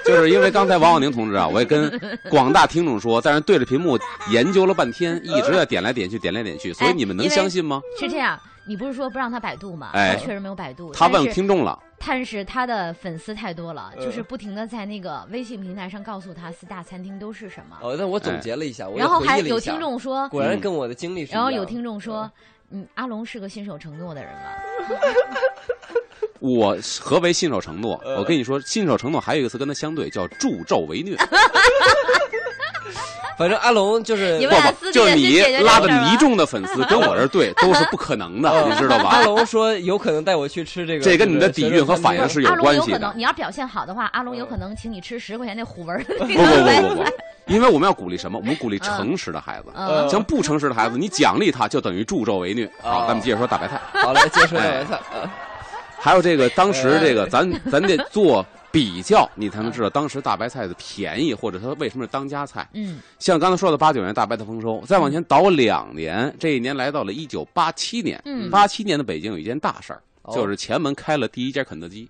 Speaker 3: 就是因为刚才王小宁同志啊，我也跟广大听众说，但是对着屏幕研究了 半天，一直在点来点去，点来点
Speaker 1: 哎
Speaker 3: 去，所以你们能相信吗？
Speaker 1: 是这样。你不是说不让他百度吗？
Speaker 3: 哎
Speaker 1: 他确实没有百度。
Speaker 3: 他
Speaker 1: 但
Speaker 3: 问
Speaker 1: 是
Speaker 3: 听众了，
Speaker 1: 但是他的粉丝太多了，
Speaker 2: 嗯
Speaker 1: 就是不停的在那个微信平台上告诉他四大餐厅都是什么。
Speaker 2: 哦，但我总结了一下，我
Speaker 1: 哎
Speaker 2: 也
Speaker 1: 然后
Speaker 2: 回忆
Speaker 1: 还
Speaker 2: 了一
Speaker 1: 有
Speaker 2: 下
Speaker 1: 听众说，
Speaker 2: 果然跟我的经历是一
Speaker 1: 然
Speaker 2: 样的。
Speaker 1: 后有听众说，嗯，阿龙是个信守承诺的人吧？
Speaker 3: 我何为信守承诺？
Speaker 2: 呃
Speaker 3: 我跟你说，信守承诺还有一个词跟它相对，叫助纣为 虐。
Speaker 2: 反正阿龙就是
Speaker 1: 你
Speaker 3: 不
Speaker 1: 们俩
Speaker 3: 不，
Speaker 1: 私底
Speaker 3: 就
Speaker 1: 下
Speaker 3: 是
Speaker 1: 先
Speaker 3: 你
Speaker 1: 解决
Speaker 3: 拉
Speaker 1: 这
Speaker 3: 着
Speaker 1: 事儿吧
Speaker 3: 你一众的粉丝跟我这儿对，都是不可 能的，你知道
Speaker 2: 阿
Speaker 3: 吧？
Speaker 2: 龙说有可能带我去吃这个，
Speaker 3: 这跟你的底蕴和反应是有
Speaker 1: 阿龙
Speaker 3: 关
Speaker 1: 有
Speaker 3: 系
Speaker 1: 可
Speaker 3: 的嗯
Speaker 1: 能，。你要表现好的话，阿龙有可能请你吃十块钱那虎纹儿 的那
Speaker 3: 不不
Speaker 1: 个白
Speaker 3: 不
Speaker 1: 菜
Speaker 3: 不不，因为我们要鼓励什么？我们鼓励诚实的孩子。
Speaker 1: 嗯，
Speaker 3: 像不诚实的孩子，你奖励他就等于助纣为虐。好，
Speaker 1: 哦
Speaker 3: 咱们接着说大白菜。
Speaker 2: 好来接受大白菜，
Speaker 3: 哎
Speaker 2: 啊
Speaker 3: 还有这个，当时 这
Speaker 1: 哎
Speaker 3: 个咱咱得做比较，你才能知道当时大白菜的便宜，或者它为什么是当家菜。
Speaker 1: 嗯
Speaker 3: 像刚才说的八九年大白菜丰收，再往前倒两年，这一年来到了一九八七年。
Speaker 1: 嗯
Speaker 3: 八七年的北京有一件大事儿，
Speaker 2: 哦
Speaker 3: 就是前门开了第一家肯德基。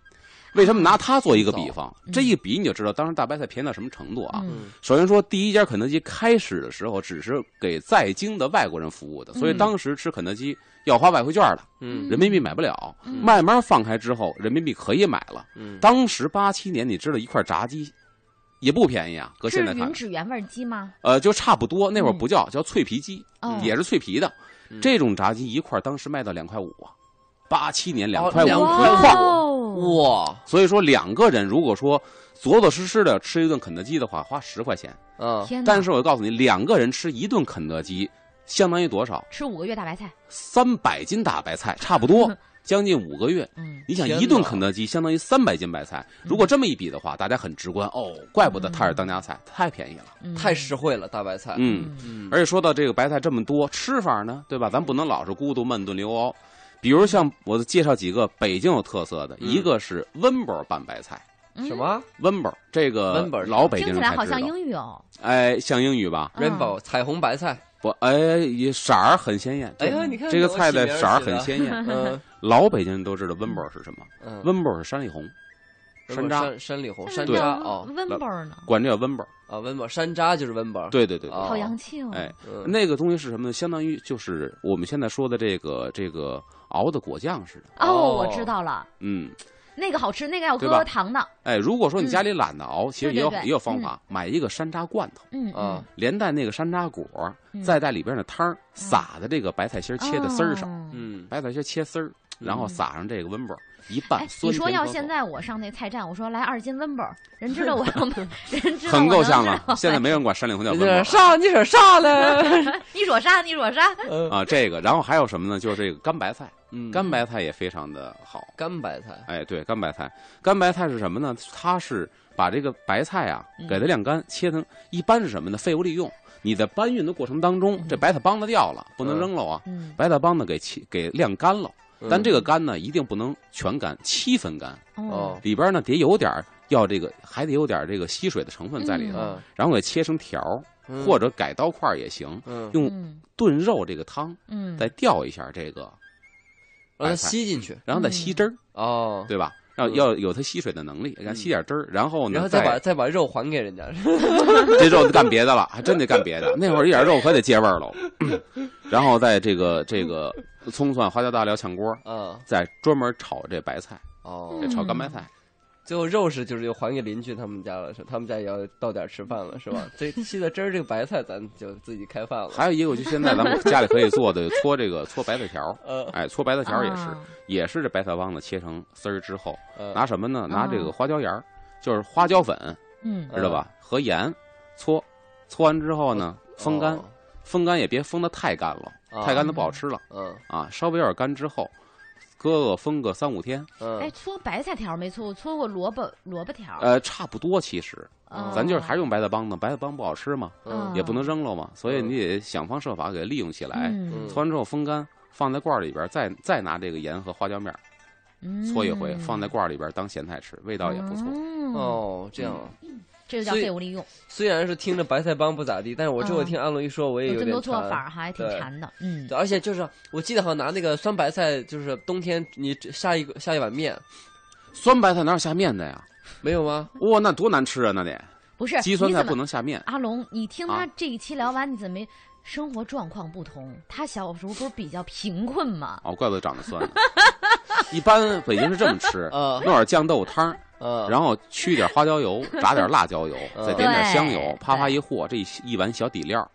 Speaker 3: 为什么拿它做一个比方？这一比你就知道当时大白菜便宜到什么程度啊！
Speaker 1: 哦嗯
Speaker 3: 首先说，第一家肯德基开始的时候只是给在京的外国人服务的，
Speaker 1: 嗯
Speaker 3: 所以当时吃肯德基要花外汇券的，
Speaker 2: 嗯
Speaker 3: 人民币买不了。慢慢放开之后，人民币可以买了。
Speaker 2: 嗯，
Speaker 3: 当时八七年，你知道一块炸鸡也不便宜啊，搁
Speaker 1: 是
Speaker 3: 现在看
Speaker 1: 云，指原味鸡吗？
Speaker 3: 呃，就差不多。那会儿
Speaker 1: 嗯
Speaker 3: 不叫叫脆皮鸡，
Speaker 1: 哦，
Speaker 3: 也是脆皮的
Speaker 2: 嗯。
Speaker 3: 这种炸鸡一块儿当时卖到两块五啊，八七年两
Speaker 2: 哦
Speaker 3: 块五
Speaker 2: 两
Speaker 3: 一
Speaker 2: 块
Speaker 3: 块儿。
Speaker 1: 哦，
Speaker 2: 哇
Speaker 3: 所以说，两个人如果说着着实实的吃一顿肯德基的话，花十块钱。
Speaker 2: 啊，
Speaker 1: 天哪！
Speaker 3: 但是我告诉你，两个人吃一顿肯德基，相当于多少？
Speaker 1: 吃五个月大白菜，
Speaker 3: 三百斤大白菜，差不 多将近五个月。
Speaker 1: 嗯，
Speaker 3: 你想
Speaker 2: 天
Speaker 3: 一顿
Speaker 2: 哪
Speaker 3: 肯德基相当于三百斤白菜，如果这么一比的话，大家很直观哦，怪不得它是当家菜，太便宜了。
Speaker 1: 嗯
Speaker 2: 太实惠了大白菜，
Speaker 3: 嗯，
Speaker 2: 嗯
Speaker 3: 而且说到这个白菜这么多吃法呢，对吧？咱不能老是孤独闷炖溜熬。比如像我介绍几个北京有特色的，
Speaker 2: 嗯
Speaker 3: 一个是温饱拌白菜，
Speaker 1: 嗯
Speaker 2: 什么
Speaker 3: 温饱这个
Speaker 2: 温饱是
Speaker 3: 老北
Speaker 1: 听
Speaker 3: 京
Speaker 1: 起
Speaker 3: 人
Speaker 1: 来
Speaker 3: 才
Speaker 1: 好
Speaker 3: 知道
Speaker 1: 像。英语哦。
Speaker 3: 哎，像英语吧？
Speaker 1: 嗯
Speaker 2: rainbow 彩虹白菜，
Speaker 3: 不，哎，也色儿很鲜艳。
Speaker 2: 哎呀你看
Speaker 3: 这个
Speaker 2: 我
Speaker 3: 菜
Speaker 2: 起
Speaker 3: 的
Speaker 2: 名儿
Speaker 3: 色儿
Speaker 2: 起的
Speaker 3: 很鲜 艳。
Speaker 2: 嗯
Speaker 3: 老北京人都知道温饱是什么，
Speaker 2: 嗯，
Speaker 3: 温饱是山里红，山楂，
Speaker 2: 山山里红
Speaker 1: 但
Speaker 2: 山
Speaker 1: 是
Speaker 2: 楂
Speaker 1: 叫
Speaker 2: 哦
Speaker 1: 温温饱呢，
Speaker 3: 管这叫温饱。
Speaker 2: 啊温饱山楂就是温饱，
Speaker 3: 对对对对。
Speaker 2: 哦
Speaker 1: 好洋气哦。
Speaker 3: 哎，
Speaker 2: 嗯，
Speaker 3: 那个东西是什么呢？相当于就是我们现在说的这个这个熬的果酱似的。
Speaker 1: 哦，我
Speaker 2: 哦
Speaker 1: 知道了，
Speaker 3: 嗯，
Speaker 1: 那个好吃，那个要
Speaker 3: 对
Speaker 1: 搁
Speaker 3: 吧
Speaker 1: 糖的。
Speaker 3: 哎，如果说你家里懒得熬，其实也有
Speaker 1: 嗯对对对
Speaker 3: 也有方法，买一个山楂罐头，
Speaker 1: 嗯
Speaker 2: 啊
Speaker 1: 嗯，
Speaker 3: 连带那个山楂果
Speaker 1: 嗯，
Speaker 3: 再带里边的汤儿，撒在这个白菜心儿切的丝儿上。
Speaker 1: 哦嗯
Speaker 2: 嗯
Speaker 3: 白菜心儿切丝儿，然后撒上这个温布儿一拌
Speaker 1: 哎，，
Speaker 3: 酸
Speaker 1: 你说
Speaker 3: 甜
Speaker 1: 要
Speaker 3: 可
Speaker 1: 现
Speaker 3: 口
Speaker 1: 在我上那菜站，我说来二斤温饱，人知 道我要买，人知道
Speaker 3: 很
Speaker 1: 我
Speaker 3: 够
Speaker 1: 能
Speaker 3: 呛啊
Speaker 1: 吃
Speaker 3: 了。现在没人管山里红叫
Speaker 2: 有
Speaker 3: 温布儿
Speaker 2: 点上你说啥 嘞？
Speaker 1: 你说啥？你说啥？
Speaker 2: 嗯
Speaker 3: 啊，这个，然后还有什么呢？就是这个干白菜，
Speaker 2: 嗯，
Speaker 3: 干白菜也非常的好。
Speaker 2: 干白菜，
Speaker 3: 哎，对，干白菜，干白菜是什么呢？它是把这个白菜啊，给它晾干，切成一般是什么呢？废物利用。你在搬运的过程当中，这白菜帮子掉了，不能
Speaker 2: 嗯
Speaker 3: 扔了啊，
Speaker 1: 嗯，
Speaker 3: 白菜帮子给切给晾干了。但这
Speaker 2: 个
Speaker 3: 个干呢，一定不能全干，七分干，
Speaker 1: 哦
Speaker 2: 哦，
Speaker 3: 里边呢得有点儿要这个，还得有点儿这个吸水的成分在里头，
Speaker 2: 嗯，
Speaker 3: 然后给切成条儿，
Speaker 2: 嗯
Speaker 3: 或者改刀块儿也行，
Speaker 2: 嗯，
Speaker 3: 用
Speaker 1: 嗯
Speaker 3: 炖肉这个汤，
Speaker 1: 嗯，
Speaker 3: 再吊一下这个，
Speaker 2: 让它
Speaker 3: 白菜
Speaker 2: 吸进去
Speaker 3: 然后再吸汁儿，
Speaker 2: 哦，
Speaker 3: 对吧？要
Speaker 2: 嗯
Speaker 3: 要有它吸水的能力，然后吸点汁儿，然后呢，
Speaker 2: 然后再把
Speaker 3: 再
Speaker 2: 再把肉还给 人家，
Speaker 3: 这肉就干别的了，还真得干别的。那会儿一点肉可得借味儿喽， 然后再这个这个葱蒜花椒大料炝锅，
Speaker 2: 嗯，
Speaker 3: 再专门炒这白菜，
Speaker 2: 哦
Speaker 3: 这，炒干白菜。
Speaker 2: 最后肉是就是又还给邻居他们家了，是他们家也要到点儿吃饭了，是吧？ 这吸的汁儿这个白菜咱就自己开饭了，
Speaker 3: 还有一个，就现在咱们家里可以做的，搓这个搓白菜条儿，
Speaker 2: 呃
Speaker 3: 哎，搓白菜条儿也是，
Speaker 1: 啊
Speaker 3: 也是这白菜帮子切成丝儿之后，
Speaker 2: 呃，
Speaker 3: 拿什么呢？拿这个花椒盐儿，就是花椒粉，
Speaker 1: 嗯
Speaker 3: 知道吧？和盐搓，搓完之后呢，风干，
Speaker 2: 呃哦
Speaker 3: 风干也别风的太干了，
Speaker 2: 哦
Speaker 3: 太干的不好吃了
Speaker 2: 嗯
Speaker 3: 啊，稍微有点干之后，搁个风个三五天，
Speaker 1: 哎，
Speaker 2: 嗯，
Speaker 1: 搓白菜条没搓过，搓过萝卜萝卜条。
Speaker 3: 呃，差不多其实，
Speaker 1: 哦，
Speaker 3: 咱就是还是用白菜帮呢，白菜帮不好吃嘛，
Speaker 2: 嗯
Speaker 3: 也不能扔了嘛，所以你得想方设法给它利用起来，
Speaker 1: 嗯
Speaker 3: 搓完之后风干。放在罐儿里边儿，再再拿这个盐和花椒面儿
Speaker 1: 嗯
Speaker 3: 搓一回，放在罐儿里边儿当咸菜吃，味道也不错。
Speaker 1: 哦，
Speaker 2: 哦，这样啊。
Speaker 3: 嗯
Speaker 1: 这就叫
Speaker 2: 所以
Speaker 1: 废物利用，
Speaker 2: 虽然是听着白菜帮不咋地，但是我这我
Speaker 1: 嗯
Speaker 2: 听安龙一说，我也
Speaker 1: 有这
Speaker 2: 点
Speaker 1: 么多做
Speaker 2: 馋
Speaker 1: 法儿还挺
Speaker 2: 对
Speaker 1: 馋的。嗯，
Speaker 2: 对，而且就是我记得好像拿那个酸白菜，就是冬天你只下一个下一碗面，
Speaker 3: 酸白菜哪有下面的呀？
Speaker 2: 没有吗？
Speaker 3: 哇，那多难吃啊！那得
Speaker 1: 不是
Speaker 3: 鸡酸
Speaker 1: 你
Speaker 3: 菜
Speaker 1: 怎么
Speaker 3: 不能下面。
Speaker 1: 阿龙，你听他
Speaker 3: 啊
Speaker 1: 这一期聊完，你怎么没生活状况不同？他小时候不是比较贫困吗？
Speaker 3: 哦，怪不得长得酸呢。一般北京是这么吃，
Speaker 2: 啊
Speaker 3: 弄点酱豆汤儿，
Speaker 1: 嗯
Speaker 2: 啊，
Speaker 3: 然后去点花椒 油，炸点辣椒油，
Speaker 2: 嗯
Speaker 3: 再点点香油
Speaker 1: 对，
Speaker 3: 啪啪一和，这一一碗小底料儿。
Speaker 2: 嗯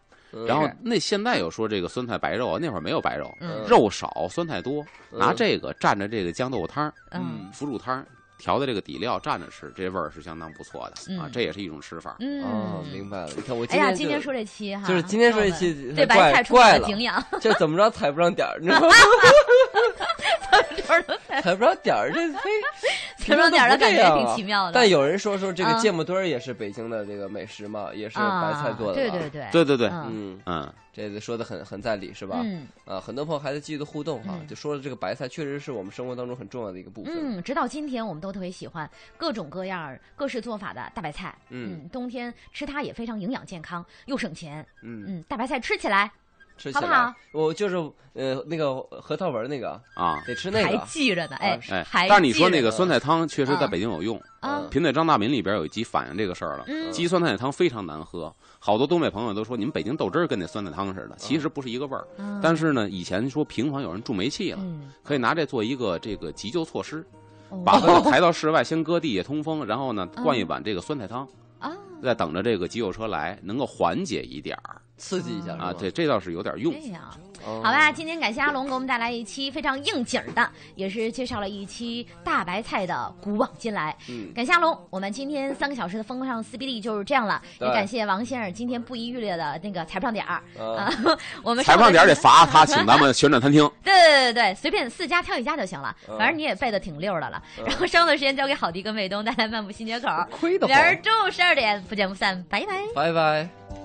Speaker 3: 然后那现在有说这个酸菜白肉啊，那会儿没有白肉，
Speaker 1: 嗯
Speaker 3: 肉少酸菜多，
Speaker 2: 嗯
Speaker 3: 拿这个蘸着这个酱豆汤儿、
Speaker 1: 嗯
Speaker 3: 腐乳汤儿调的这个底料蘸着吃，这味儿是相当不错的啊
Speaker 1: 嗯，
Speaker 3: 这也是一种吃法。
Speaker 2: 哦，
Speaker 1: 嗯，
Speaker 2: 明白了。你看我
Speaker 1: 哎
Speaker 2: 今
Speaker 1: 呀，
Speaker 2: 天
Speaker 1: 今
Speaker 2: 就
Speaker 1: 天说这期哈，
Speaker 2: 就是今天说这期
Speaker 1: 朋友们
Speaker 2: 很
Speaker 1: 对白
Speaker 2: 怪
Speaker 1: 菜充满了
Speaker 2: 怪了
Speaker 1: 敬仰，
Speaker 2: 这怎么着踩不上点儿，你知道吗？踩不上点儿，这 嘿，
Speaker 1: 踩不上点儿的感觉
Speaker 2: 平常都不这样啊
Speaker 1: 挺奇妙的
Speaker 2: 但有人说说这个
Speaker 1: 嗯
Speaker 2: 芥末墩儿也是北京的这个美食嘛，也是白菜做的吧，
Speaker 1: 啊对对对
Speaker 3: 对对对，
Speaker 1: 嗯
Speaker 2: 嗯，
Speaker 3: 嗯，
Speaker 2: 这个说的很很在理是吧？
Speaker 1: 嗯
Speaker 2: 啊，很多朋友还在积极的互动哈，
Speaker 1: 嗯
Speaker 2: 就说了这个白菜确实是我们生活当中很重要的一个部分。
Speaker 1: 嗯，直到今天我们都特别喜欢各种各样儿、各式做法的大白菜。
Speaker 2: 嗯，
Speaker 1: 冬天吃它也非常营养健康，又省钱。
Speaker 2: 嗯
Speaker 1: 嗯，大白菜吃起来
Speaker 2: 吃起
Speaker 1: 好
Speaker 2: 来，
Speaker 1: 不好
Speaker 2: 我就是呃那个核桃纹儿那个，
Speaker 3: 啊，
Speaker 2: 得吃那
Speaker 1: 还
Speaker 2: 个。
Speaker 1: 记着呢，
Speaker 2: 啊
Speaker 1: 哎
Speaker 2: 是
Speaker 3: 哎，
Speaker 1: 还
Speaker 3: 但是你说
Speaker 1: 记
Speaker 3: 那
Speaker 1: 着
Speaker 3: 个
Speaker 2: 呢
Speaker 3: 酸菜汤确实在
Speaker 1: 嗯
Speaker 3: 北京有用，
Speaker 1: 啊
Speaker 2: 嗯，
Speaker 3: 贫嘴张大民里边有一集反映这个事儿了。
Speaker 1: 嗯
Speaker 3: 鸡酸菜汤非常难喝，好多东北朋友都说你们北京豆汁儿跟那酸菜汤似的，其实不是一个味儿。
Speaker 1: 嗯
Speaker 3: 但是呢，以前说平房有人住煤气了，
Speaker 1: 嗯，
Speaker 3: 可以拿这做一个这个急救措施，
Speaker 1: 哦
Speaker 3: 把它抬到室外，先搁地下通风，然后呢
Speaker 1: 嗯
Speaker 3: 灌一碗这个酸菜汤，
Speaker 1: 啊
Speaker 3: 再等着这个急救车来，能够缓解一点儿
Speaker 2: 刺激一
Speaker 1: 哎
Speaker 2: 下
Speaker 3: 啊。对，，这倒是有点用
Speaker 1: 这。样。
Speaker 2: 是吗
Speaker 1: 好，吧，今天感谢阿龙给我们带来一期非常应景儿的，也是介绍了一期大白菜的古往今来。
Speaker 2: 嗯
Speaker 1: 感谢阿龙，我们今天三个小时的风尚撕逼力就是这样了。也
Speaker 2: 对
Speaker 1: 感谢王先生今天不遗余力的那个踩不上点儿
Speaker 2: 嗯
Speaker 1: 啊， 我们
Speaker 3: 裁判点儿得罚他，请咱们旋转餐厅。
Speaker 1: 对对对对，随便四家挑一家就行了，
Speaker 2: 嗯
Speaker 1: 反正你也背的挺溜儿的了。
Speaker 3: 嗯
Speaker 1: 然后剩的时间交给 郝迪跟卫东带来漫步新街口儿，
Speaker 2: 亏得
Speaker 1: 明儿
Speaker 2: 慌，
Speaker 1: 中午十二点不见不散，拜拜。
Speaker 2: 拜拜。